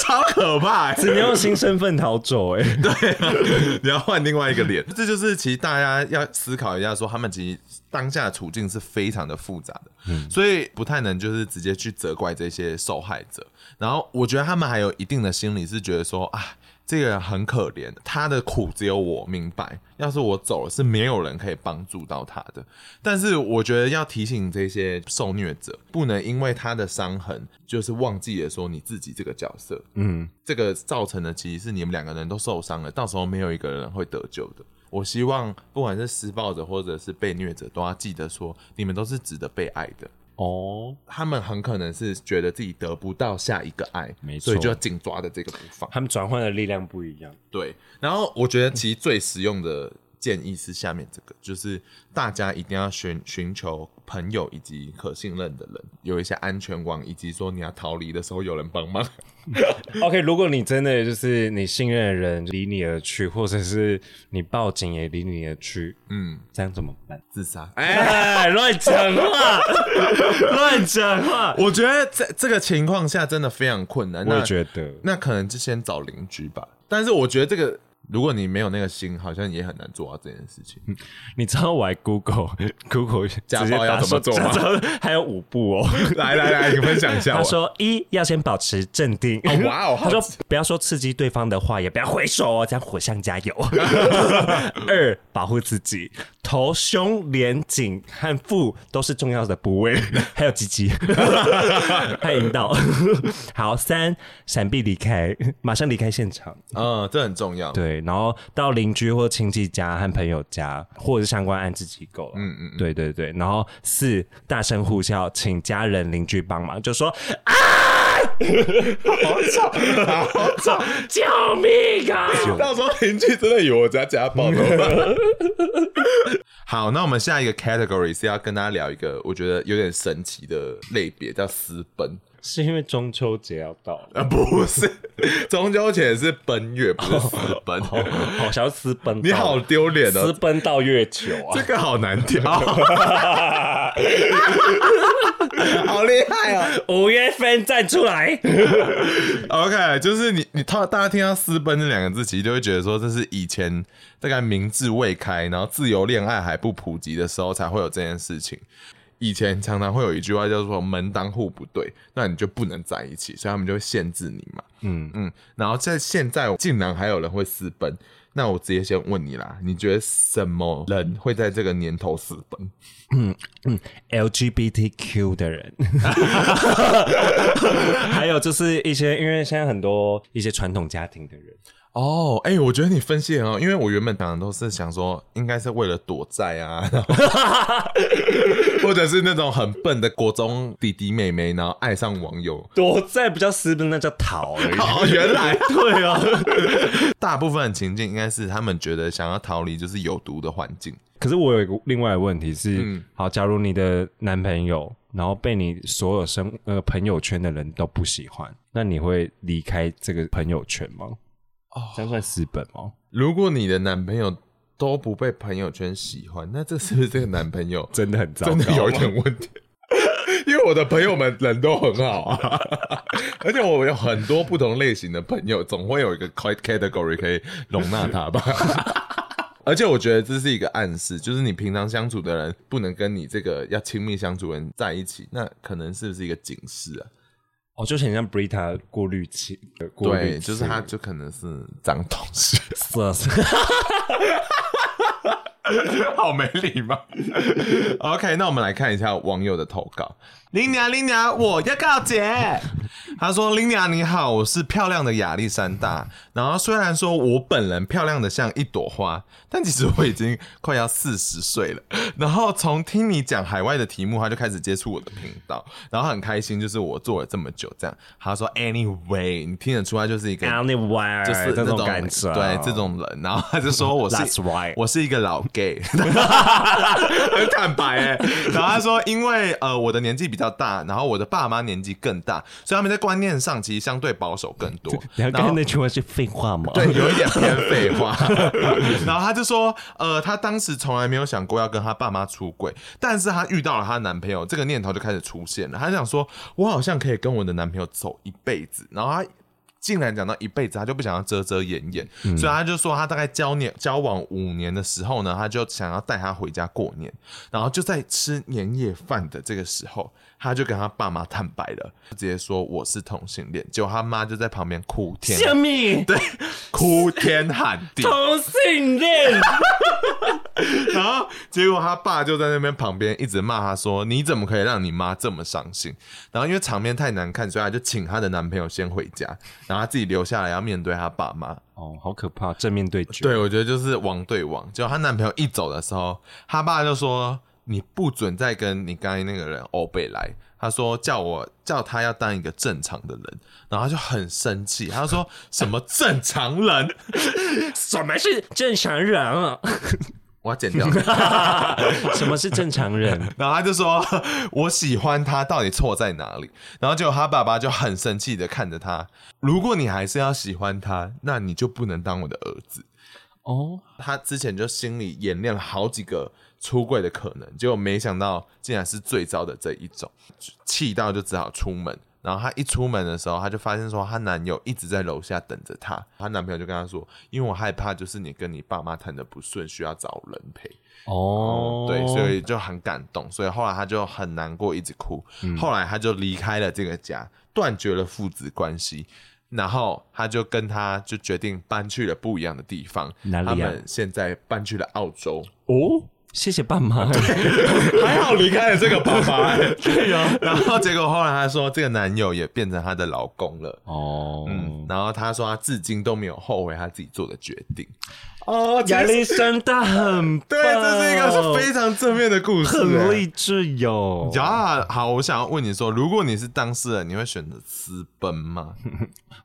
[SPEAKER 2] 超可怕、欸！
[SPEAKER 1] 只能用新身份逃走、欸，哎，
[SPEAKER 2] 你要换另外一个脸，这就是其实大家要思考一下，说他们其实当下的处境是非常的复杂的，所以不太能就是直接去责怪这些受害者。然后我觉得他们还有一定的心理是觉得说啊。这个人很可怜，他的苦只有我明白。要是我走了，是没有人可以帮助到他的。但是我觉得要提醒这些受虐者，不能因为他的伤痕，就是忘记了说你自己这个角色。
[SPEAKER 1] 嗯，
[SPEAKER 2] 这个造成的其实是你们两个人都受伤了，到时候没有一个人会得救的。我希望不管是施暴者或者是被虐者，都要记得说，你们都是值得被爱的。
[SPEAKER 1] 哦，
[SPEAKER 2] 他们很可能是觉得自己得不到下一个爱，
[SPEAKER 1] 没错
[SPEAKER 2] 所以就要紧抓着这个不放。
[SPEAKER 1] 他们转换的力量不一样。
[SPEAKER 2] 对，然后我觉得其实最实用的建议是下面这个，就是大家一定要寻寻求朋友以及可信任的人，有一些安全网，以及说你要逃离的时候有人帮忙。
[SPEAKER 1] OK，如果你真的就是你信任的人离你而去，或者是你报警也离你而去，
[SPEAKER 2] 嗯，
[SPEAKER 1] 这样怎么办？
[SPEAKER 2] 自杀。
[SPEAKER 1] 哎，乱讲 话，乱讲话。
[SPEAKER 2] 我觉得在这个情况下真的非常困难。
[SPEAKER 1] 我也
[SPEAKER 2] 那
[SPEAKER 1] 觉得，
[SPEAKER 2] 那可能就先找邻居吧。但是我觉得这个，如果你没有那个心，好像也很难做到这件事
[SPEAKER 1] 嗯
[SPEAKER 2] 情。
[SPEAKER 1] 你知道我还 Google Google
[SPEAKER 2] 家暴
[SPEAKER 1] 直接打
[SPEAKER 2] 要怎么做吗
[SPEAKER 1] 说？还有五步哦。
[SPEAKER 2] 来来来，你分享一下吧。
[SPEAKER 1] 他说：一要先保持镇定。
[SPEAKER 2] 哦哇哦好
[SPEAKER 1] 他说不要说刺激对方的话，也不要挥手哦，这样火上加 油。二保护自己，头、胸、脸、颈和腹都是重要的部 位，还有鸡鸡，还有阴道。好，三闪避离开，马上离开现场。
[SPEAKER 2] 嗯，这很重要。
[SPEAKER 1] 对，然后到邻居或亲戚家和朋友家，或者是相关安置机构。嗯嗯，对对对。然后四大声呼叫，请家人邻居帮忙，就说啊，
[SPEAKER 2] 好 吵，好吵！
[SPEAKER 1] 救命啊！
[SPEAKER 2] 到时候邻居真的以为我家家暴怎么办？
[SPEAKER 1] 嗯
[SPEAKER 2] 好，那我们下一个 category 是要跟大家聊一个我觉得有点神奇的类别，叫私奔。
[SPEAKER 1] 是因为中秋节要到了，
[SPEAKER 2] 啊，不是，中秋节是奔月，不是私奔。
[SPEAKER 1] 好想要私奔到，
[SPEAKER 2] 你好丢脸
[SPEAKER 1] 私
[SPEAKER 2] 哦！
[SPEAKER 1] 奔到月球啊！
[SPEAKER 2] 这个好难 听，好厉害啊！
[SPEAKER 1] 五月份站出 来，
[SPEAKER 2] OK，就是你你他大家听到“私奔”这两个字，其实就会觉得说这是以前大概明智未开，然后自由恋爱还不普及的时候才会有这件事情。以前常常会有一句话叫做“门当户不对”，那你就不能在一起，所以他们就会限制你嘛。嗯嗯，然后在现在竟然还有人会私奔，那我直接先问你啦，你觉得什么人会在这个年头私奔？
[SPEAKER 1] LGBTQ 的 人，还有就是一些，因为现在很多一些传统家庭的人，
[SPEAKER 2] 哦，哎、我觉得你分析很好，因为我原本当然都是想说，应该是为了躲债啊，然 后或者是那种很笨的国中弟弟妹妹，然后爱上网友。
[SPEAKER 1] 躲在不叫私奔，那叫逃而已。
[SPEAKER 2] 哦，原来
[SPEAKER 1] 对啊，
[SPEAKER 2] 大部分的情境应该是他们觉得想要逃离就是有毒的环境。
[SPEAKER 1] 可是我有一个另外的问题是，
[SPEAKER 2] 嗯
[SPEAKER 1] 好，假如你的男朋友，然后被你所有生呃朋友圈的人都不喜欢，那你会离开这个朋友圈吗？
[SPEAKER 2] 哦
[SPEAKER 1] 这样算私奔吗？
[SPEAKER 2] 如果你的男朋友都不被朋友圈喜欢，那这是不是这个男朋友
[SPEAKER 1] 真的很糟糕，
[SPEAKER 2] 真的有一点问题？ 因为我的朋友们人都很好啊， 而且我有很多不同类型的朋友，总会有一个 cat- category 可以容纳 他吧。而且我觉得这是一个暗示，就是你平常相处的人不能跟你这个要亲密相处的人在一起，那可能是不是一个警示啊？
[SPEAKER 1] 哦，就是很像 Brita 过滤器，呃过滤
[SPEAKER 2] 对，
[SPEAKER 1] 器
[SPEAKER 2] 就是他就可能是脏东西。
[SPEAKER 1] 色。
[SPEAKER 2] 好没礼貌。OK，那我们来看一下网友的投稿。林娘，林娘，我要告解。他说：“林娘你好，我是漂亮的亚历山大。然后虽然说我本人漂亮的像一朵花，但其实我已经快要四十岁了。然后从听你讲海外的题目，他就开始接触我的频道，然后很开心，就是我做了这么久这样。他说：Anyway，你听得出来就是一个
[SPEAKER 1] Anywhere
[SPEAKER 2] 就是
[SPEAKER 1] 这
[SPEAKER 2] 那
[SPEAKER 1] 种感啊受，
[SPEAKER 2] 对这种人，然后他就说我是
[SPEAKER 1] That's right
[SPEAKER 2] 我是一个老 gay，很坦白哎、然后他说，因为呃我的年纪比较大，然后我的爸妈年纪更大，所以他们在观念上其实相对保守更多。
[SPEAKER 3] 你要
[SPEAKER 2] 然后
[SPEAKER 3] 刚那句话是废话吗？
[SPEAKER 2] 对，有一点偏废话。 然后他就说，呃，他当时从来没有想过要跟他爸妈出轨，但是他遇到了她男朋友，这个念头就开始出现了。他就想说，我好像可以跟我的男朋友走一辈子。然后他。竟然讲到一辈子，他就不想要遮遮掩掩，所以他就说，他大概交年交往五年的时候呢，他就想要带她回家过年，然后就在吃年夜饭的这个时候，他就跟他爸妈坦白了，直接说我是同性恋，结果他妈就在旁边哭天
[SPEAKER 3] 虾米
[SPEAKER 2] 对，哭天喊地。
[SPEAKER 3] 同性恋？
[SPEAKER 2] 然后结果他爸就在那边旁边一直骂他说：“你怎么可以让你妈这么伤心？”然后因为场面太难看，所以他就请她的男朋友先回家，然后她自己留下来要面对她爸妈。
[SPEAKER 1] 哦，好可怕，正面对决。
[SPEAKER 2] 对，我觉得就是王对王。结果她男朋友一走的时候，她爸就说：“你不准再跟你刚才那个人欧贝来。”他说：“叫我叫他要当一个正常的人。”然后他就很生气，他说：“什么正常人？”
[SPEAKER 3] 什么是正常人啊？
[SPEAKER 2] 我要剪 掉。
[SPEAKER 3] 什么是正常人？
[SPEAKER 2] 然后他就说：“ 我喜欢他，到底错在哪里？”然后结果他爸爸就很生气的看着他：“如果你还是要喜欢他，那你就不能当我的儿子。
[SPEAKER 3] 哦，”
[SPEAKER 2] 他之前就心里演练了好几个出柜的可能，结果没想到竟然是最糟的这一种，气到就只好出门。然后她一出门的时候，她就发现说她男友一直在楼下等着她。她男朋友就跟她说：“因为我害怕，就是你跟你爸妈谈的不顺，需要找人陪。”
[SPEAKER 3] 哦，
[SPEAKER 2] 对，所以就很感动，所以后来他就很难过，一直哭。后来他就离开了这个家，断绝了父子关系，然后他就跟他就决定搬去了不一样的地方。
[SPEAKER 3] 哪里
[SPEAKER 2] 他
[SPEAKER 3] 啊
[SPEAKER 2] 们现在搬去了澳洲，
[SPEAKER 3] 哦，谢谢爸妈。
[SPEAKER 2] 还好离开了这个爸爸、 对啊呀、然后结果后来他说，这个男友也变成她的老公了。
[SPEAKER 3] 哦，
[SPEAKER 2] 嗯，然后他说他至今都没有后悔他自己做的决定。
[SPEAKER 1] 哦，亚历山大很棒
[SPEAKER 2] 对，这是一个非常正面的故事、欸
[SPEAKER 1] 很励志哟。
[SPEAKER 2] 呀，好，我想要问你说，如果你是当事人，你会选择私 奔吗？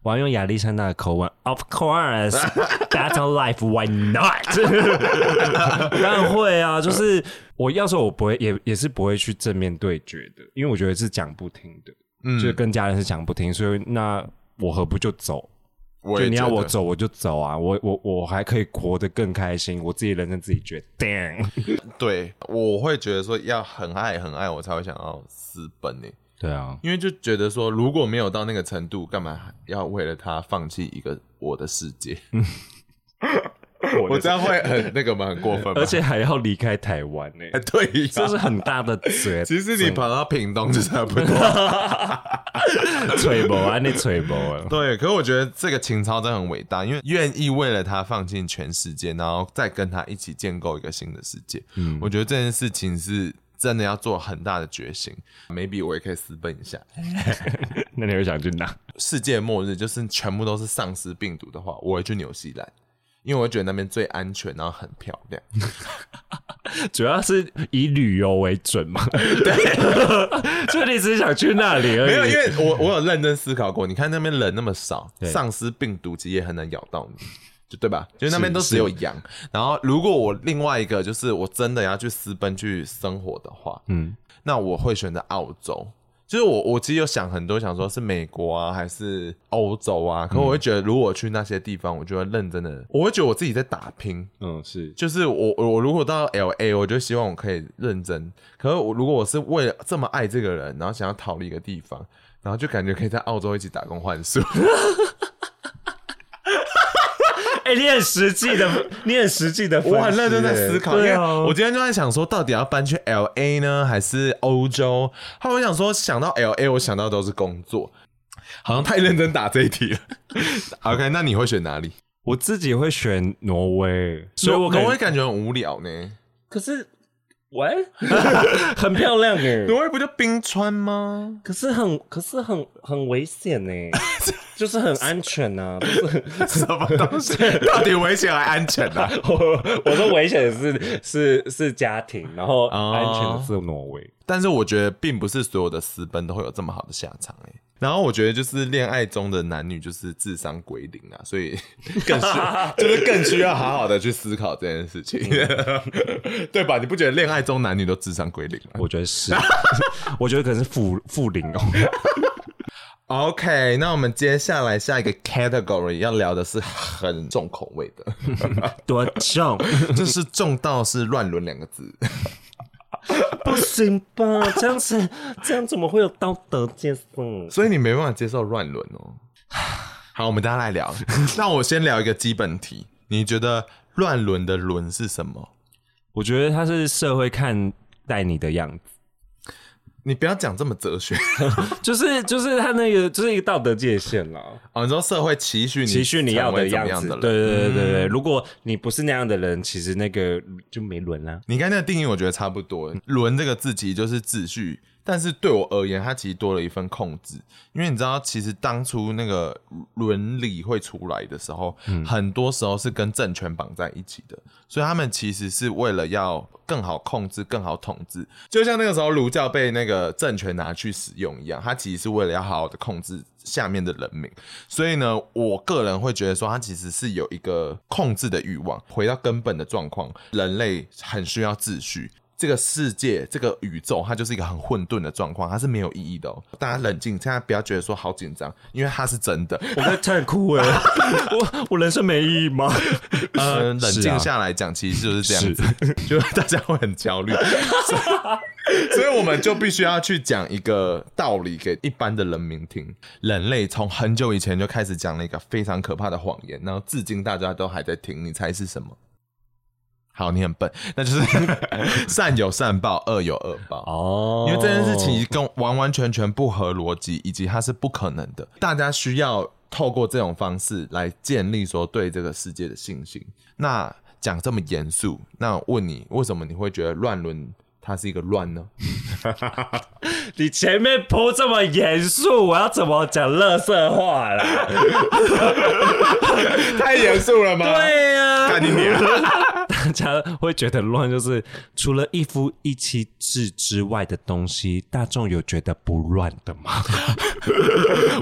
[SPEAKER 3] 我要用亚历山大的口吻，Of course，That's life, why not？
[SPEAKER 1] 当然会啊，就是我要说，我不会，也也是不会去正面对决的，因为我觉得是讲不听的，
[SPEAKER 2] 嗯
[SPEAKER 1] 就是跟家人是讲不听，所以那我何不就走？
[SPEAKER 2] 我
[SPEAKER 1] 就
[SPEAKER 2] 也
[SPEAKER 1] 你要
[SPEAKER 2] 觉
[SPEAKER 1] 我
[SPEAKER 2] 得
[SPEAKER 1] 走我就走啊，我我我还可以活得更开心，我自己人生自己决 定。
[SPEAKER 2] 对，我会觉得说要很爱很爱我才会想要私奔呢、
[SPEAKER 1] 对啊，
[SPEAKER 2] 因为就觉得说如果没有到那个程度，干嘛要为了他放弃一个我的世 界？我这样会很那个吗？很过分吗？
[SPEAKER 1] 而且还要离开台湾呢、
[SPEAKER 2] 哎， 对
[SPEAKER 1] 这
[SPEAKER 2] 呀、
[SPEAKER 1] 是很大的决
[SPEAKER 2] 其实你跑到屏东就差不多。
[SPEAKER 1] 吹波啊，那吹波 啊，
[SPEAKER 2] 对，可是我觉得这个情操真的很伟大，因为愿意为了他放弃全世界，然后再跟他一起建构一个新的世界。嗯，我觉得这件事情是真的要做很大的决心。maybe 我也可以私奔一下。
[SPEAKER 1] 那你会想去哪？
[SPEAKER 2] 世界末日就是全部都是丧尸病毒的话，我会去纽西兰。因为我会觉得那边最安全，然后很漂亮。
[SPEAKER 1] 主要是以旅游为准嘛，对，所以你只是想去那里而已。
[SPEAKER 2] 没有，因为我我有认真思考过，你看那边人那么少，
[SPEAKER 1] 对
[SPEAKER 2] 丧尸病毒其实也很难咬到你，就对吧？就是那边都只有羊。然后，如果我另外一个就是我真的要去私奔去生活的话，
[SPEAKER 1] 嗯，
[SPEAKER 2] 那我会选择澳洲。就是我，我其实有想很多，想说是美国啊，还是欧洲啊？可我
[SPEAKER 1] 嗯
[SPEAKER 2] 会觉得，如果我去那些地方，我就会认真的，我会觉得我自己在打拼，
[SPEAKER 1] 嗯，是
[SPEAKER 2] 就是我我我如果到 L A，我就希望我可以认真。可是我如果我是为了这么爱这个人，然后想要逃离一个地方，然后就感觉可以在澳洲一起打工换宿。
[SPEAKER 1] 哎、你很实际的，你很实际的，
[SPEAKER 2] 我 很认真在思考，因
[SPEAKER 1] 对
[SPEAKER 2] 为
[SPEAKER 1] 啊，
[SPEAKER 2] 我今天就在想说，到底要搬去 L A 呢，还是欧洲？后来我想说，想到 L A，我想到都是工作，好像太认真打这一题了。OK，那你会选哪里？
[SPEAKER 1] 我自己会选挪威，所以我可
[SPEAKER 2] 挪
[SPEAKER 1] 能
[SPEAKER 2] 威感觉很无聊呢。
[SPEAKER 3] 可是，喂， 很漂亮哎、
[SPEAKER 2] 挪威不就冰川吗？
[SPEAKER 3] 可是很，可是很很危险呢、 就是很安全 呐、啊。不是，
[SPEAKER 2] 什么东西？到底危险还安全啊？
[SPEAKER 3] 我我说危险的是是是家庭，然后安全的是挪威。
[SPEAKER 2] 但是我觉得并不是所有的私奔都会有这么好的下场哎、然后我觉得就是恋爱中的男女就是智商归零啊，所以更 需就是更需要好好的去思考这件事情， 对吧？你不觉得恋爱中男女都智商归零
[SPEAKER 3] 哦
[SPEAKER 2] 吗
[SPEAKER 1] 我觉得 是，我觉得可能是负负零哦。
[SPEAKER 2] ？OK，那我们接下来下一个 category 要聊的是很重口味 的，
[SPEAKER 1] 多重？
[SPEAKER 2] 就是重到是乱伦两个字。
[SPEAKER 3] 不行吧？这样子，这样怎么会有道德界限？
[SPEAKER 2] 所以你没办法接受乱伦 哦。好，我们大家来聊。 那我先聊一个基本题，你觉得乱伦的伦是什么？
[SPEAKER 1] 我觉得他是社会看待你的样子，
[SPEAKER 2] 你不要讲这么哲学
[SPEAKER 3] 就是就是他那个就是一个道德界限啊啦，
[SPEAKER 2] 哦，你说社会期许你
[SPEAKER 1] 其实你要
[SPEAKER 2] 成为
[SPEAKER 1] 的
[SPEAKER 2] 怎么
[SPEAKER 1] 样
[SPEAKER 2] 样
[SPEAKER 1] 子。
[SPEAKER 2] 的人嗯
[SPEAKER 1] 对对对对对，如果你不是那样的人，其实那个就没轮啦、
[SPEAKER 2] 你刚才那个定义我觉得差不多，“伦”这个字其实就是秩序，但是对我而言，它其实多了一份控制，因为你知道，其实当初那个伦理会出来的时候，很多时候是跟政权绑在一起的，所以他们其实是为了要更好控制、更好统治，就像那个时候儒教被那个政权拿去使用一样，它其实是为了要好好的控制下面的人民，所以呢，我个人会觉得说，它其实是有一个控制的欲望。回到根本的状况，人类很需要秩序。这个世界，这个宇宙，它就是一个很混沌的状况，它是没有意义的、哦。大家冷静，现在不要觉得说好紧张，因为它是真的。
[SPEAKER 1] 我在太酷了， 我我人生没意义 吗？
[SPEAKER 2] 呃，冷
[SPEAKER 1] 是啊
[SPEAKER 2] 静下来讲，其实就是这样子， 就是大家会很焦虑， 所以所以我们就必须要去讲一个道理给一般的人民听。人类从很久以前就开始讲了一个非常可怕的谎言，然后至今大家都还在听，你猜是什么？好，你很笨，那就是 善有善报，恶有恶报。
[SPEAKER 1] 哦
[SPEAKER 2] 因为这件事情跟完完全全不合逻辑，以及它是不可能的。大家需要透过这种方式来建立说对这个世界的信心。那讲这么严肃，那问你为什么你会觉得乱伦它是一个乱呢？
[SPEAKER 3] 你前面铺这么严肃，我要怎么讲乐色话 啦？
[SPEAKER 2] 太严肃了 吗？
[SPEAKER 3] 对呀、
[SPEAKER 2] 干你娘！
[SPEAKER 1] 大家会觉得乱，就是除了一夫一妻制之外的东西，大众有觉得不乱的 吗？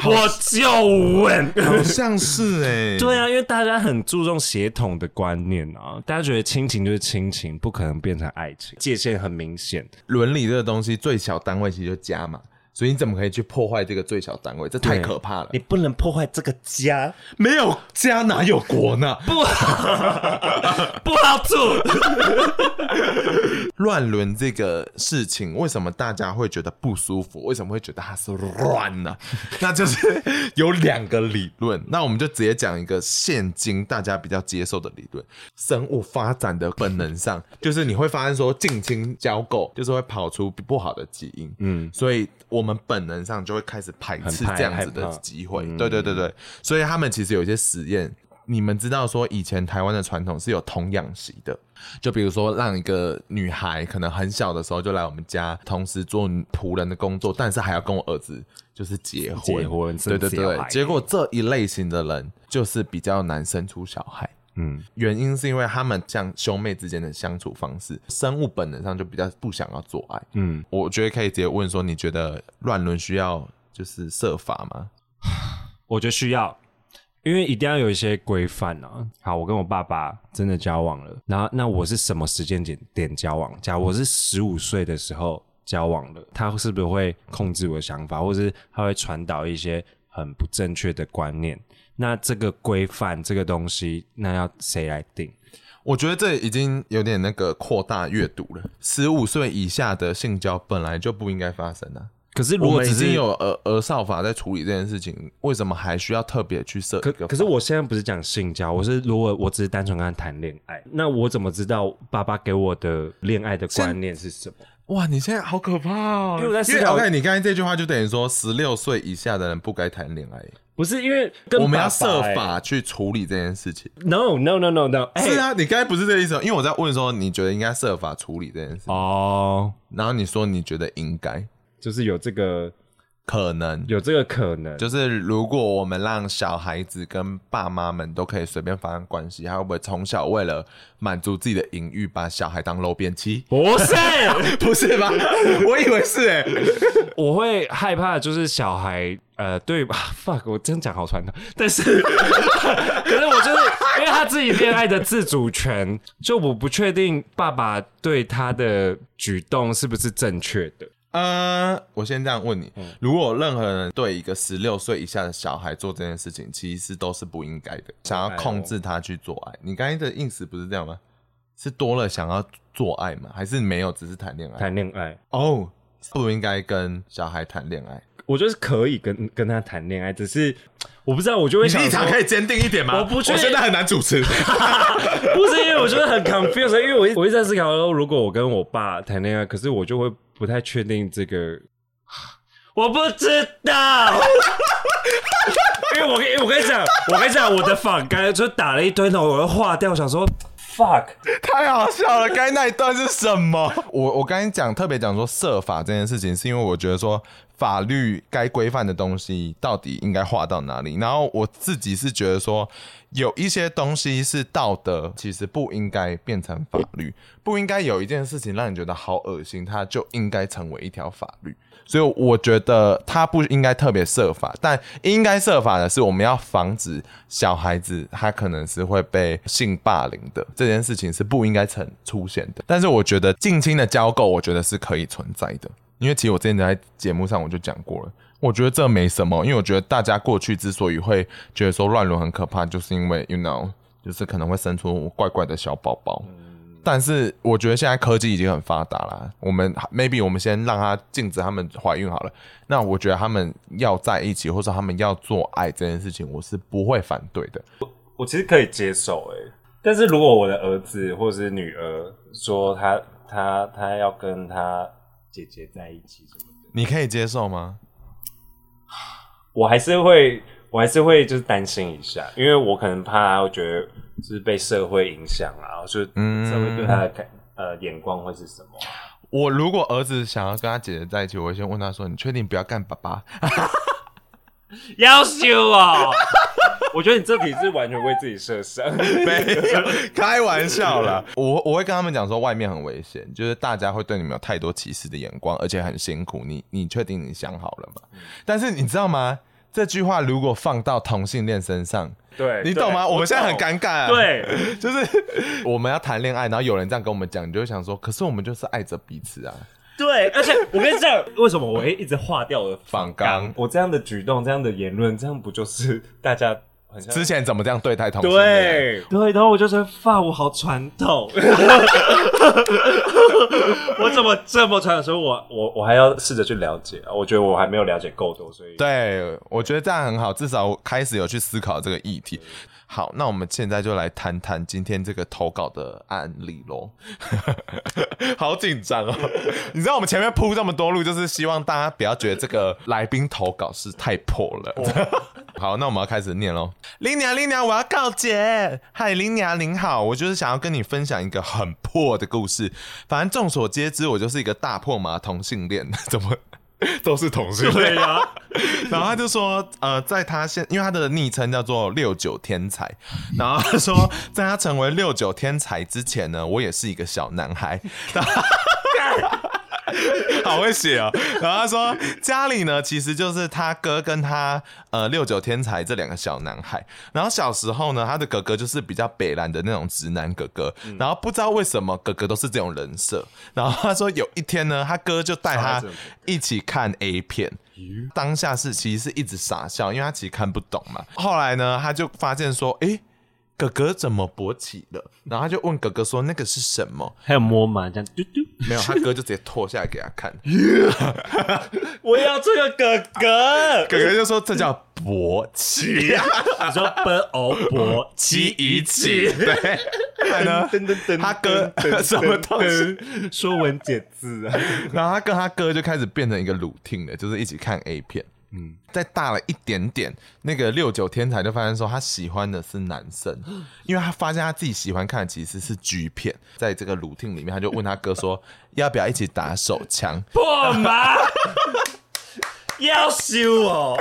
[SPEAKER 1] 我就问。
[SPEAKER 2] 好像是哎、
[SPEAKER 1] 对啊，因为大家很注重协同的观念啊，大家觉得亲情就是亲情，不可能变成爱情，界限很明显。
[SPEAKER 2] 伦理这个东西最小单位其实就加嘛。所以你怎么可以去破坏这个最小单位？这太
[SPEAKER 1] 对
[SPEAKER 2] 可怕了！
[SPEAKER 3] 你不能破坏这个家，
[SPEAKER 2] 没有家哪有国呢？
[SPEAKER 3] 不好 住。
[SPEAKER 2] 乱伦这个事情，为什么大家会觉得不舒服？为什么会觉得它是乱呢、 那就是有两个理论。那我们就直接讲一个现今大家比较接受的理论：生物发展的本能上，就是你会发现说近亲交媾就是会跑出不好的基因，嗯，所以我们本能上就会开始排
[SPEAKER 1] 很
[SPEAKER 2] 斥
[SPEAKER 1] 怕
[SPEAKER 2] 这样子的
[SPEAKER 1] 害怕
[SPEAKER 2] 机会。对对对对，所以他们其实有一些实验。你们知道说以前台湾的传统是有童养媳的，就比如说让一个女孩可能很小的时候就来我们家，同时做仆人的工作，但是还要跟我儿子就是结婚，
[SPEAKER 1] 结婚
[SPEAKER 2] 对对
[SPEAKER 1] 生小
[SPEAKER 2] 对
[SPEAKER 1] 孩。
[SPEAKER 2] 结果这一类型的人就是比较难生出小孩。
[SPEAKER 1] 嗯，
[SPEAKER 2] 原因是因为他们像兄妹之间的相处方式，生物本能上就比较不想要做爱。
[SPEAKER 1] 嗯，
[SPEAKER 2] 我觉得可以直接问说，你觉得乱伦需要就是设法吗？
[SPEAKER 1] 我觉得需要，因为一定要有一些规范啊。好，我跟我爸爸真的交往了，然后那我是什么时间点点交往？假如我是十五岁的时候交往了，他是不是会控制我的想法，或是他会传导一些很不正确的观念？那这个规范这个东西，那要谁来定？
[SPEAKER 2] 我觉得这已经有点那个扩大阅读了。十五岁以下的性交本来就不应该发生啊。
[SPEAKER 1] 可是
[SPEAKER 2] 我
[SPEAKER 1] 如果
[SPEAKER 2] 们
[SPEAKER 1] 只
[SPEAKER 2] 已
[SPEAKER 1] 是
[SPEAKER 2] 经有儿儿少法在处理这件事情，为什么还需要特别去设一
[SPEAKER 1] 可
[SPEAKER 2] 个法？
[SPEAKER 1] 可是我现在不是讲性交，我是如果我只是单纯跟他谈恋爱，那我怎么知道爸爸给我的恋爱的观念是什么？
[SPEAKER 2] 哇，你现在好可怕哦！
[SPEAKER 1] 因为我在思考
[SPEAKER 2] 因 OK，你刚才这句话就等于说，十六岁以下的人不该谈恋爱。
[SPEAKER 1] 不是因为跟
[SPEAKER 2] 我们
[SPEAKER 1] 爸
[SPEAKER 2] 要
[SPEAKER 1] 爸
[SPEAKER 2] 设
[SPEAKER 1] 欸
[SPEAKER 2] 法去处理这件事情。
[SPEAKER 1] No no no no no，哎
[SPEAKER 2] 是啊，你刚才不是这个意思哦，因为我在问说你觉得应该设法处理这件事，
[SPEAKER 1] 哦，
[SPEAKER 2] 然后你说你觉得应该
[SPEAKER 1] 就是有这个
[SPEAKER 2] 可能。
[SPEAKER 1] 有这个可能，
[SPEAKER 2] 就是如果我们让小孩子跟爸妈们都可以随便发生关系，他会不会从小为了满足自己的淫欲，把小孩当漏便器？
[SPEAKER 1] 不是，
[SPEAKER 2] 不是吧？我以为是哎、
[SPEAKER 1] 我会害怕，就是小孩，呃，对 吧、f u c k 我真讲好传统，但是， 可是我就是因为他自己恋爱的自主权，就我不确定爸爸对他的举动是不是正确的。
[SPEAKER 2] 呃，我先这样问你，如果有任何人对一个十六岁以下的小孩做这件事情，其实都是不应该哦的，想要控制他去做爱。你刚才的意思不是这样吗？是多了想要做爱吗？还是没有，只是谈恋爱？
[SPEAKER 1] 谈恋爱，
[SPEAKER 2] 哦，不应该跟小孩谈恋爱。
[SPEAKER 1] 我就是可以跟跟他谈恋爱，只是我不知道，我就会
[SPEAKER 2] 你
[SPEAKER 1] 想
[SPEAKER 2] 立场
[SPEAKER 1] 说
[SPEAKER 2] 可以坚定一点吗？
[SPEAKER 1] 我不确定
[SPEAKER 2] 我现在很难主 持。
[SPEAKER 1] 不是因为我觉得很 confused，因为我一我一直在思考说，如果我跟我爸谈恋爱，可是我就会不太确定这个， 我不知道。 因为我跟因为我跟你讲，我跟你讲，我的仿干就打了一堆头，我要化掉，我想说 fuck，
[SPEAKER 2] 太好笑了！刚才那一段是什么？ 我我刚才讲特别讲说设法这件事情，是因为我觉得说法律该规范的东西到底应该画到哪里。然后我自己是觉得说，有一些东西是道德，其实不应该变成法律，不应该有一件事情让你觉得好恶心，它就应该成为一条法律。所以我觉得他不应该特别设法，但应该设法的是，我们要防止小孩子他可能是会被性霸凌的这件事情是不应该成出现的。但是我觉得近亲的交媾，我觉得是可以存在的，因为其实我之前在节目上我就讲过了。我觉得这没什么，因为我觉得大家过去之所以会觉得说乱伦很可怕，就是因为 you know，就是可能会生出怪怪的小宝宝。但是我觉得现在科技已经很发达啦，我们 maybe 我们先让他禁止他们怀孕好了。那我觉得他们要在一起，或者他们要做爱这件事情，我是不会反对的。
[SPEAKER 1] 我其实可以接受哎、但是如果我的儿子或者是女儿说他他他要跟他姐姐在一起什么的，
[SPEAKER 2] 你可以接受吗？
[SPEAKER 1] 我还是会，我还是会就是担心一下，因为我可能怕，我觉得就是被社会影响啊，就是
[SPEAKER 2] 嗯
[SPEAKER 1] 社会对他的看、呃眼光会是什么啊？
[SPEAKER 2] 我如果儿子想要跟他姐姐在一起，我会先问他说：“你确定不要干爸爸
[SPEAKER 1] 要修哦！我觉得你这题是完全为自己设 想。？”
[SPEAKER 2] 没有，开玩笑啦。我我会跟他们讲说，外面很危险，就是大家会对你们有太多歧视的眼光，而且很辛苦。你你确定你想好了吗？但是你知道吗？这句话如果放到同性恋身上，
[SPEAKER 1] 对，
[SPEAKER 2] 你
[SPEAKER 1] 哎对
[SPEAKER 2] 懂吗？我们现在很尴尬、啊。。
[SPEAKER 1] 对，
[SPEAKER 2] 就是我们要谈恋爱，然后有人这样跟我们讲，你就会想说，可是我们就是爱着彼此啊。
[SPEAKER 1] 对，而且我跟你讲，为什么我会一直划掉我的
[SPEAKER 2] 反纲
[SPEAKER 1] 我这样的举动，这样的言论，这样不就是大家很像
[SPEAKER 2] 之前怎么这样对待同性恋？
[SPEAKER 1] 对对，然后我就觉得发我好传统， 我怎么这么传统？所以我我我还要试着去了解啊，我觉得我还没有了解够多，所以
[SPEAKER 2] 对，我觉得这样很好，至少我开始有去思考这个议题。好，那我们现在就来谈谈今天这个投稿的案例喽。 好紧张哦！你知道我们前面铺这么多路，就是希望大家不要觉得这个来宾投稿是太破了。 好，那我们要开始念喽。林娘，林娘，我要告解。嗨，林娘，您好，我就是想要跟你分享一个很破的故事。反正众所皆知，我就是一个大破麻同性恋，怎么 都是同性恋
[SPEAKER 1] 对呀、
[SPEAKER 2] 然后他就说，呃，在他现，因为他的昵称叫做六九天才，然后他说，在他成为六九天才之前呢，我也是一个小男孩。 然后 好会写哦。然后他说，家里呢其实就是他哥跟他呃六九天才这两个小男孩。然后小时候呢，他的哥哥就是比较北蓝的那种直男哥哥。然后不知道为什么哥哥都是这种人设。然后他说有一天呢，他哥就带他一起看 A 片。当下是其实是一直傻笑，因为他其实看不懂嘛。后来呢，他就发现说，诶、哥哥怎么勃起了？然后他就问哥哥说：“那个是什么
[SPEAKER 1] 还有摸嘛，这样嘟嘟，？”
[SPEAKER 2] 没有，他哥就直接脱下来给他看。
[SPEAKER 1] 我要这个哥哥，
[SPEAKER 2] 哥哥就说这叫勃起，
[SPEAKER 1] 你说哦奔欧博七一
[SPEAKER 2] 起。
[SPEAKER 1] 起。
[SPEAKER 2] 对，然后呢，
[SPEAKER 1] 噔噔噔
[SPEAKER 2] 他哥 什么东西？
[SPEAKER 1] 《说文解字》啊，
[SPEAKER 2] 然后他跟他哥就开始变成一个 routine 了，就是一起看 A 片。嗯，再大了一点点，那个六九天才就发现说他喜欢的是男生，因为他发现他自己喜欢看的其实是 G 片，在这个 routine 里面，他就问他哥说要不要一起打手枪，
[SPEAKER 1] 破嘛，要修哦，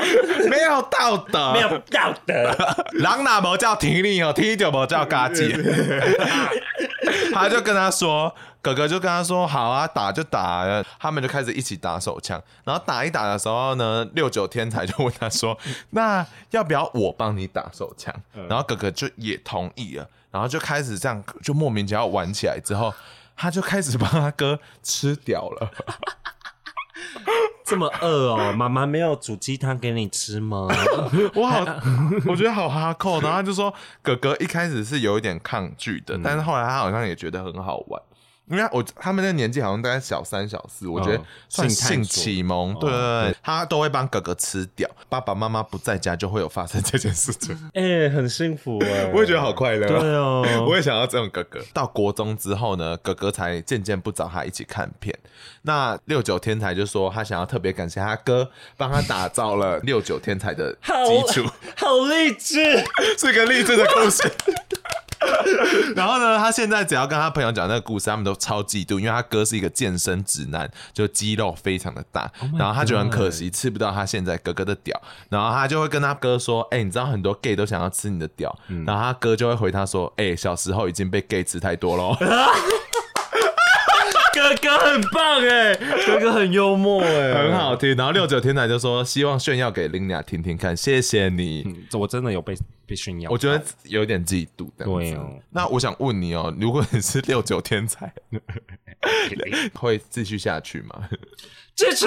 [SPEAKER 2] 没有道德，
[SPEAKER 1] 没有道德，
[SPEAKER 2] 狼哪没叫体力哦，踢就没叫嘎 叽。 他就跟他说，哥哥就跟他说，好啊，打就打。他们就开始一起打手枪，然后打一打的时候呢，六九天才就问他说，那要不要我帮你打手枪？然后哥哥就也同意了，然后就开始这样，就莫名其妙玩起来之后。他就开始帮他哥吃屌了，
[SPEAKER 1] 这么饿哦，妈妈没有煮鸡汤给你吃吗？
[SPEAKER 2] 我好，我觉得好哈扣。然后他就说，哥哥一开始是有一点抗拒的，
[SPEAKER 1] 嗯
[SPEAKER 2] 但是后来他好像也觉得很好玩，因为我他们那个年纪好像大概小三小四，我觉得
[SPEAKER 1] 嗯
[SPEAKER 2] 算
[SPEAKER 1] 性探
[SPEAKER 2] 性
[SPEAKER 1] 索嗯
[SPEAKER 2] 启蒙，对对对，他都会帮哥哥吃掉。爸爸妈妈不在家就会有发生这件事情，
[SPEAKER 1] 哎、很幸福哎，
[SPEAKER 2] 我也觉得好快乐。
[SPEAKER 1] 对哦，
[SPEAKER 2] 我也想要这种哥哥。到国中之后呢，哥哥才渐渐不找他一起看片。那六九天才就说他想要特别感谢他哥，帮他打造了六九天才的基础。
[SPEAKER 1] 好励志，
[SPEAKER 2] 是个励志的故事。 然后呢，他现在只要跟他朋友讲那个故事，他们都超嫉妒，因为他哥是一个健身直男，就肌肉非常的大
[SPEAKER 1] Oh
[SPEAKER 2] 然后他觉得很可惜吃不到他现在哥哥的屌，然后他就会跟他哥说：“哎、你知道很多 gay 都想要吃你的屌。
[SPEAKER 1] 嗯
[SPEAKER 2] 然后他哥就会回他说：“哎、小时候已经被 gay 吃太 多喽。
[SPEAKER 1] 哥哥很棒哎，哥哥很幽默”哎，
[SPEAKER 2] 很好听。然后六九天才就说：“哎希望炫耀给琳娜听听看，谢谢你。
[SPEAKER 1] 嗯，这我真的有被被炫耀到，
[SPEAKER 2] 我觉得有点嫉妒的。
[SPEAKER 1] 对哦
[SPEAKER 2] 那我想问你哦，如果你是六九 天才，会继续下去吗？
[SPEAKER 1] 支持，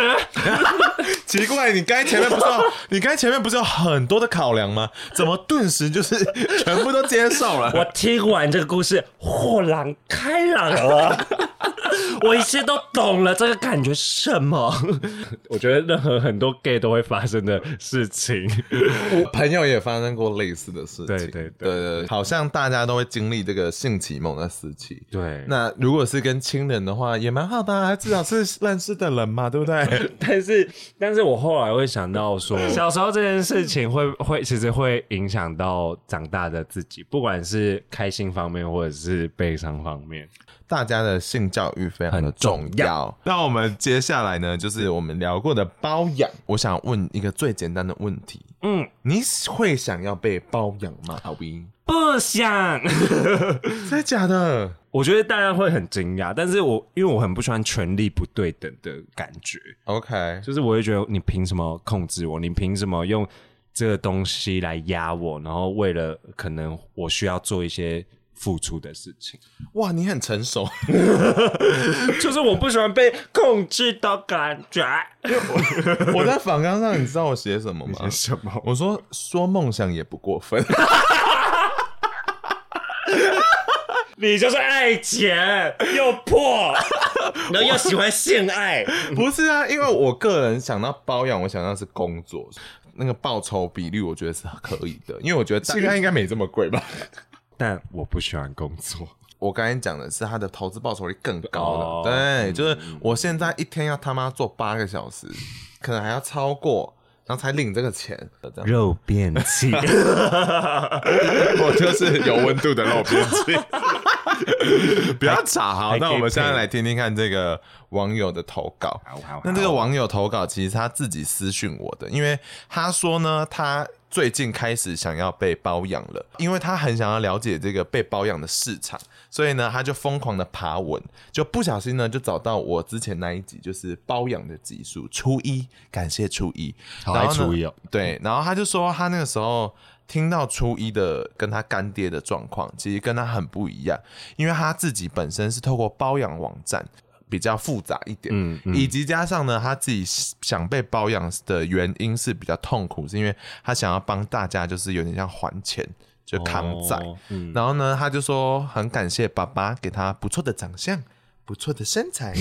[SPEAKER 2] 奇怪，你刚才前面不是有你刚才前面不是有很多的考量吗？怎么顿时就是全部都接受了？
[SPEAKER 1] 我听完这个故事，豁然开朗 了。我一切都懂了，这个感觉是什么？我觉得任何很多 gay 都会发生的事情，
[SPEAKER 2] 我朋友也发生过类似的事情，
[SPEAKER 1] 对对对
[SPEAKER 2] 对，好像大家都会经历这个性启蒙的时期。
[SPEAKER 1] 对
[SPEAKER 2] 那如果是跟亲人的话，也蛮好的、啊，至少是认识的人嘛，对不 对？
[SPEAKER 1] 但是，但是我后来会想到说，嗯小时候这件事情会会其实会影响到长大的自己，不管是开心方面或者是悲伤方面。
[SPEAKER 2] 大家的性教育非常的重
[SPEAKER 1] 很重
[SPEAKER 2] 要。那我们接下来呢，就是我们聊过的包养。我想问一个最简单的问题：
[SPEAKER 1] 嗯，
[SPEAKER 2] 你会想要被包养吗？阿威，
[SPEAKER 1] 不想。
[SPEAKER 2] 真的假的？
[SPEAKER 1] 我觉得大家会很惊讶，但是我因为我很不喜欢权力不对等的感觉，
[SPEAKER 2] OK，
[SPEAKER 1] 就是我会觉得你凭什么控制我？你凭什么用这个东西来压我？然后为了可能我需要做一些付出的事情，
[SPEAKER 2] 哇，你很成熟。
[SPEAKER 1] 就是我不喜欢被控制的感觉。
[SPEAKER 2] 我在访纲上， 你知道我写什么吗？
[SPEAKER 1] 什么？
[SPEAKER 2] 我说说梦想也不过 分。
[SPEAKER 1] 你就是爱钱又破， 然后又喜欢性爱，
[SPEAKER 2] 不是啊，因为我个人想到包养，我想到是工作，那个报酬比率我觉得是可以的，因为我觉得现在应该没这么贵吧。
[SPEAKER 1] 但我不喜欢工作。
[SPEAKER 2] 我刚才讲的是他的投资报酬率更高了，
[SPEAKER 1] 哦
[SPEAKER 2] 对，就是我现在一天要他妈做八个小时，可能还要超过，然后才领这个钱，这样
[SPEAKER 1] 肉变器，
[SPEAKER 2] 我就是有温度的肉编辑。不要吵，好，
[SPEAKER 1] 还
[SPEAKER 2] 那
[SPEAKER 1] 可以
[SPEAKER 2] 我们现在
[SPEAKER 1] 配
[SPEAKER 2] 来听听看这个网友的投稿。
[SPEAKER 1] 好好好
[SPEAKER 2] 那这个网友投稿其实他自己私讯我的，因为他说呢，他最近开始想要被包养了，因为他很想要了解这个被包养的市场，所以呢，他就疯狂的爬文，就不小心呢就找到我之前那一集就是包养的集数，初一，感谢初一，
[SPEAKER 1] 好
[SPEAKER 2] 然后
[SPEAKER 1] 爱
[SPEAKER 2] 呢
[SPEAKER 1] 初一哦
[SPEAKER 2] 对，然后他就说他那个时候听到初一的跟他干爹的状况，其实跟他很不一样，因为他自己本身是透过包养网站。比较复杂一点，
[SPEAKER 1] 嗯嗯
[SPEAKER 2] 以及加上呢，他自己想被包养的原因是比较痛苦，是因为他想要帮大家，就是有点像还钱，就扛债。
[SPEAKER 1] 哦嗯
[SPEAKER 2] 然后呢，他就说很感谢爸爸给他不错的长相、不错的身材，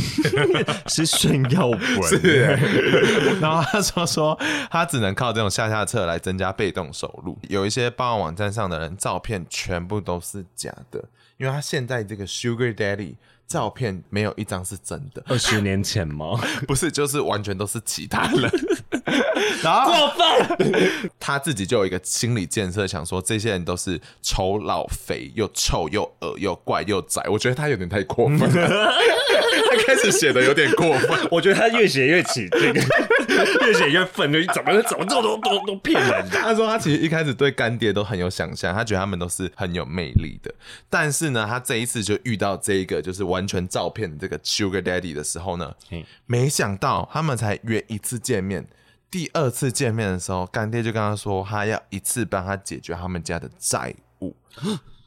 [SPEAKER 1] 是炫耀文，
[SPEAKER 2] 然后他说说他只能靠这种下下策来增加被动收入。有一些包网网站上的人照片全部都是假的，因为他现在这个 Sugar Daddy 照片没有一张是真的，
[SPEAKER 3] 二十年前吗？
[SPEAKER 2] 不是就是完全都是其他人。 然后过分，他自己就有一个心理建设，想说这些人都是丑、老、肥，又臭又恶又怪又宅。我觉得他有点太过分了， 他开始写的有点过分。
[SPEAKER 3] 我觉得他越写越起劲， 越写越愤怒，怎么怎么做都都都骗人的。
[SPEAKER 2] 他说他其实一开始对干爹都很有想象，他觉得他们都是很有魅力的。但是呢，他这一次就遇到这一个就是完全照片的这个 Sugar Daddy 的时候呢
[SPEAKER 3] 嗯，
[SPEAKER 2] 没想到他们才约一次见面。第二次见面的时候，干爹就跟他说，他要一次帮他解决他们家的债务，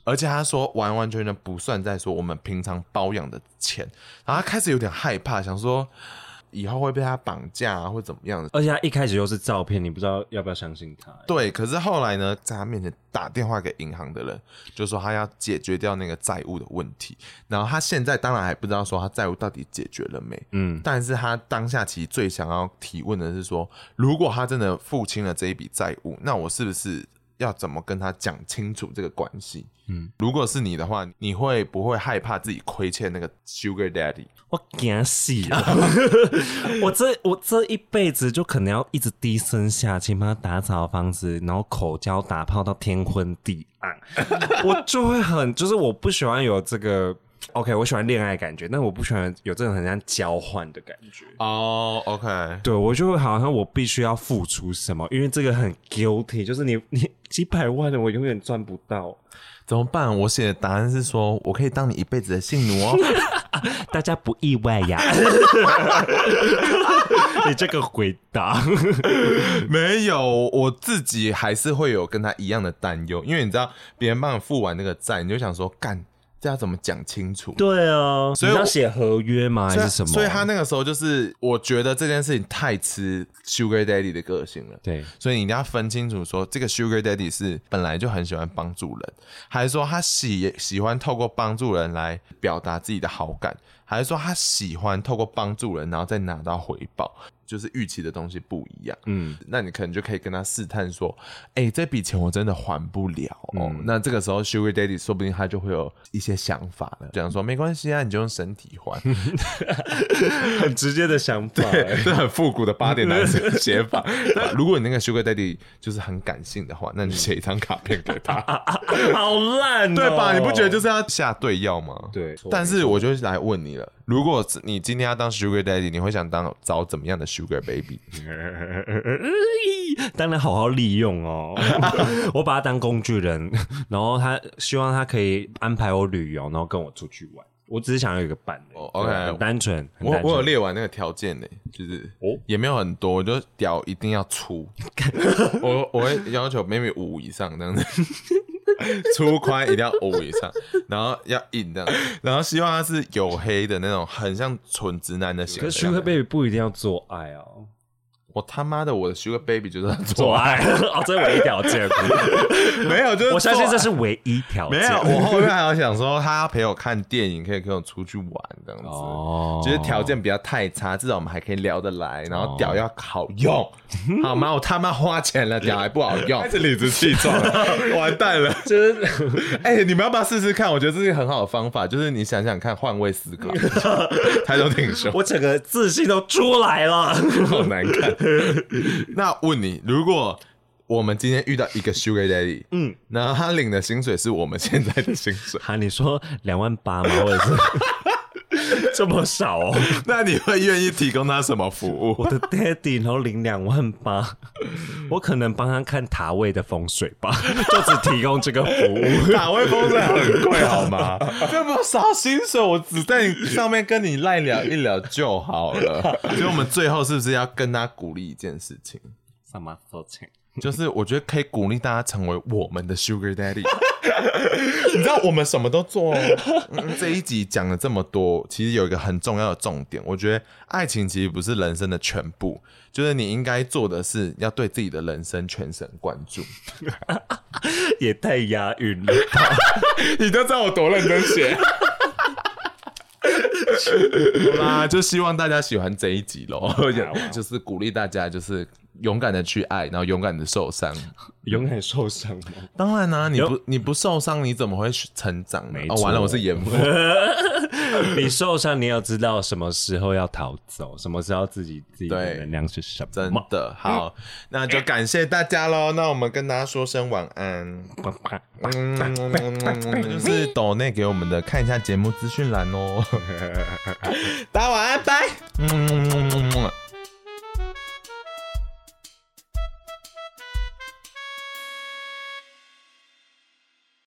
[SPEAKER 2] 而且他说完完全全不算在说我们平常包养的钱。然后他开始有点害怕，想说以后会被他绑架、啊、或怎么样的。
[SPEAKER 3] 而且他一开始又是照片，你不知道要不要相信他。
[SPEAKER 2] 对，可是后来呢，在他面前打电话给银行的人，就说他要解决掉那个债务的问题。然后他现在当然还不知道说他债务到底解决了没，
[SPEAKER 3] 嗯，
[SPEAKER 2] 但是他当下其实最想要提问的是说，如果他真的付清了这一笔债务，那我是不是要怎么跟他讲清楚这个关系？嗯，如果是你的话，你会不会害怕自己亏欠那个 Sugar Daddy？
[SPEAKER 3] 我惊死了！ 我这我这一辈子就可能要一直低声下气，帮他打扫房子，然后口交打炮到天昏地 暗，我就会很就是我不喜欢有这个。OK，我喜欢恋爱的感觉，但我不喜欢有这种很像交换的感
[SPEAKER 4] 嗯
[SPEAKER 3] 觉。
[SPEAKER 2] 哦、o k
[SPEAKER 3] 对我就会好像我必须要付出什么，因为这个很 guilty，就是你你几百万的我永远赚不到。
[SPEAKER 2] 怎么办？我写的答案是说，我可以当你一辈子的性奴哦。
[SPEAKER 4] 大家不意外呀。
[SPEAKER 3] 你这个回答，
[SPEAKER 2] 没有，我自己还是会有跟他一样的担忧，因为你知道别人帮你付完那个债，你就想说干这要怎么讲清楚？
[SPEAKER 3] 对啊，
[SPEAKER 2] 所以
[SPEAKER 3] 你
[SPEAKER 2] 我
[SPEAKER 3] 要写合约吗？还
[SPEAKER 2] 所以
[SPEAKER 3] 是什么？
[SPEAKER 2] 所以他那个时候就是，我觉得这件事情太吃 Sugar Daddy 的个性了。
[SPEAKER 3] 对
[SPEAKER 2] 所以你一定要分清楚说这个 Sugar Daddy 是本来就很喜欢帮助人，还是说他喜喜欢透过帮助人来表达自己的好感，还是说他喜欢透过帮助人然后再拿到回报，就是预期的东西不一样。
[SPEAKER 3] 嗯，
[SPEAKER 2] 那你可能就可以跟他试探说，哎、这笔钱我真的还不了哦。
[SPEAKER 3] 嗯
[SPEAKER 2] 那这个时候 Sugar Daddy 说不定他就会有一些想法了，讲说没关系啊，你就用身体还，
[SPEAKER 3] 很直接的想 法、欸。
[SPEAKER 2] 这很复古的八 点男生的写法。那如果你那个 Sugar Daddy 就是很感性的话，那你就写一张卡片给他，
[SPEAKER 3] 啊好烂、哦，
[SPEAKER 2] 对吧？你不觉得就是要下对药吗？。
[SPEAKER 3] 对？
[SPEAKER 2] 但是我就来问你了，如果你今天要当 Sugar Daddy，你会想当找怎么样的 Sugar Baby？
[SPEAKER 3] 当然好好利用哦， 我把他当工具人， 然后他希望他可以安排我旅游，然后跟我出去玩。我只是想要有一个伴而已、
[SPEAKER 2] 哦，OK
[SPEAKER 3] 对很单纯，很
[SPEAKER 2] 我
[SPEAKER 3] 单纯
[SPEAKER 2] 我有列完那个条件呢、就是
[SPEAKER 3] 哦
[SPEAKER 2] 也没有很多，我就屌一定要 粗，我我会要求 maybe 五以上这样子， 粗宽一定要五以上，然后要硬这样，然后希望他是黝黑的那种，很像纯直男的型。
[SPEAKER 3] 可是 Sugar Baby 不一定要做爱哦，
[SPEAKER 2] 我他妈的我的 Sugar Baby 就是要
[SPEAKER 3] 做
[SPEAKER 2] 做爱，
[SPEAKER 3] 爱 哦，这是唯一条 件。
[SPEAKER 2] 没有就是
[SPEAKER 3] 啊我相信
[SPEAKER 2] 做爱啊
[SPEAKER 3] 这是唯一条
[SPEAKER 2] 没
[SPEAKER 3] 件。
[SPEAKER 2] 有，我后面还有想说他要陪我看电影，可以跟我出去玩这样子。
[SPEAKER 3] 哦
[SPEAKER 2] 就是条件不要太差，至少我们还可以聊得来，然后屌要好 用，好吗？我他妈花钱了，屌还不好 用，开始理直气壮了，完蛋了！就是， 哎、你们要不要试试看？我觉得这是一个很好的方法，就是你想想看，换位思 考，抬头挺胸，
[SPEAKER 3] 我整个自信都出来了。
[SPEAKER 2] 好难看。那问你，如果我们今天遇到一个 Sugar Daddy，嗯，然后他领的薪水是我们现在的薪水，
[SPEAKER 3] 喊你说两万八吗？或者是 这么少哦？
[SPEAKER 2] 那你会愿意提供他什么服务？
[SPEAKER 3] 我的 daddy 然后领两万八，我可能帮他看塔位的风水吧，就只提供这个服 务。
[SPEAKER 2] 打威风扇很贵好吗？这么少薪水，我只在你上面跟你赖聊一聊就好了。 所以，我们最后是不是要跟他鼓励一件事情？
[SPEAKER 3] 什么事情？
[SPEAKER 2] 就是我觉得可以鼓励大家成为我们的 Sugar Daddy。你知道我们什么都做、哦。嗯这一集讲了这么多，其实有一个很重要的重点，我觉得爱情其实不是人生的全部，就是你应该做的是要对自己的人生全神贯注。
[SPEAKER 3] 也太押韵了吧，
[SPEAKER 2] 你都知道我多认真写。 好啦，就希望大家喜欢这一集喽， 就是鼓励大家就是勇敢的去爱，然后勇敢的受伤。
[SPEAKER 1] 永远受伤吗？
[SPEAKER 2] 当然啦、啊你不你不受伤，你怎么会成长呢？
[SPEAKER 1] 没
[SPEAKER 2] 哦，
[SPEAKER 1] 错
[SPEAKER 2] 完了，我是严父。
[SPEAKER 1] 你受伤，你要知道什么时候要逃走，什么时候自己自己的
[SPEAKER 2] 对
[SPEAKER 1] 能量是什么。
[SPEAKER 2] 真的好，那就感谢大家喽。那我们跟大家说声晚安。嗯，就是抖内给我们的，看一下节目资讯栏哦。大家晚安，拜。嗯。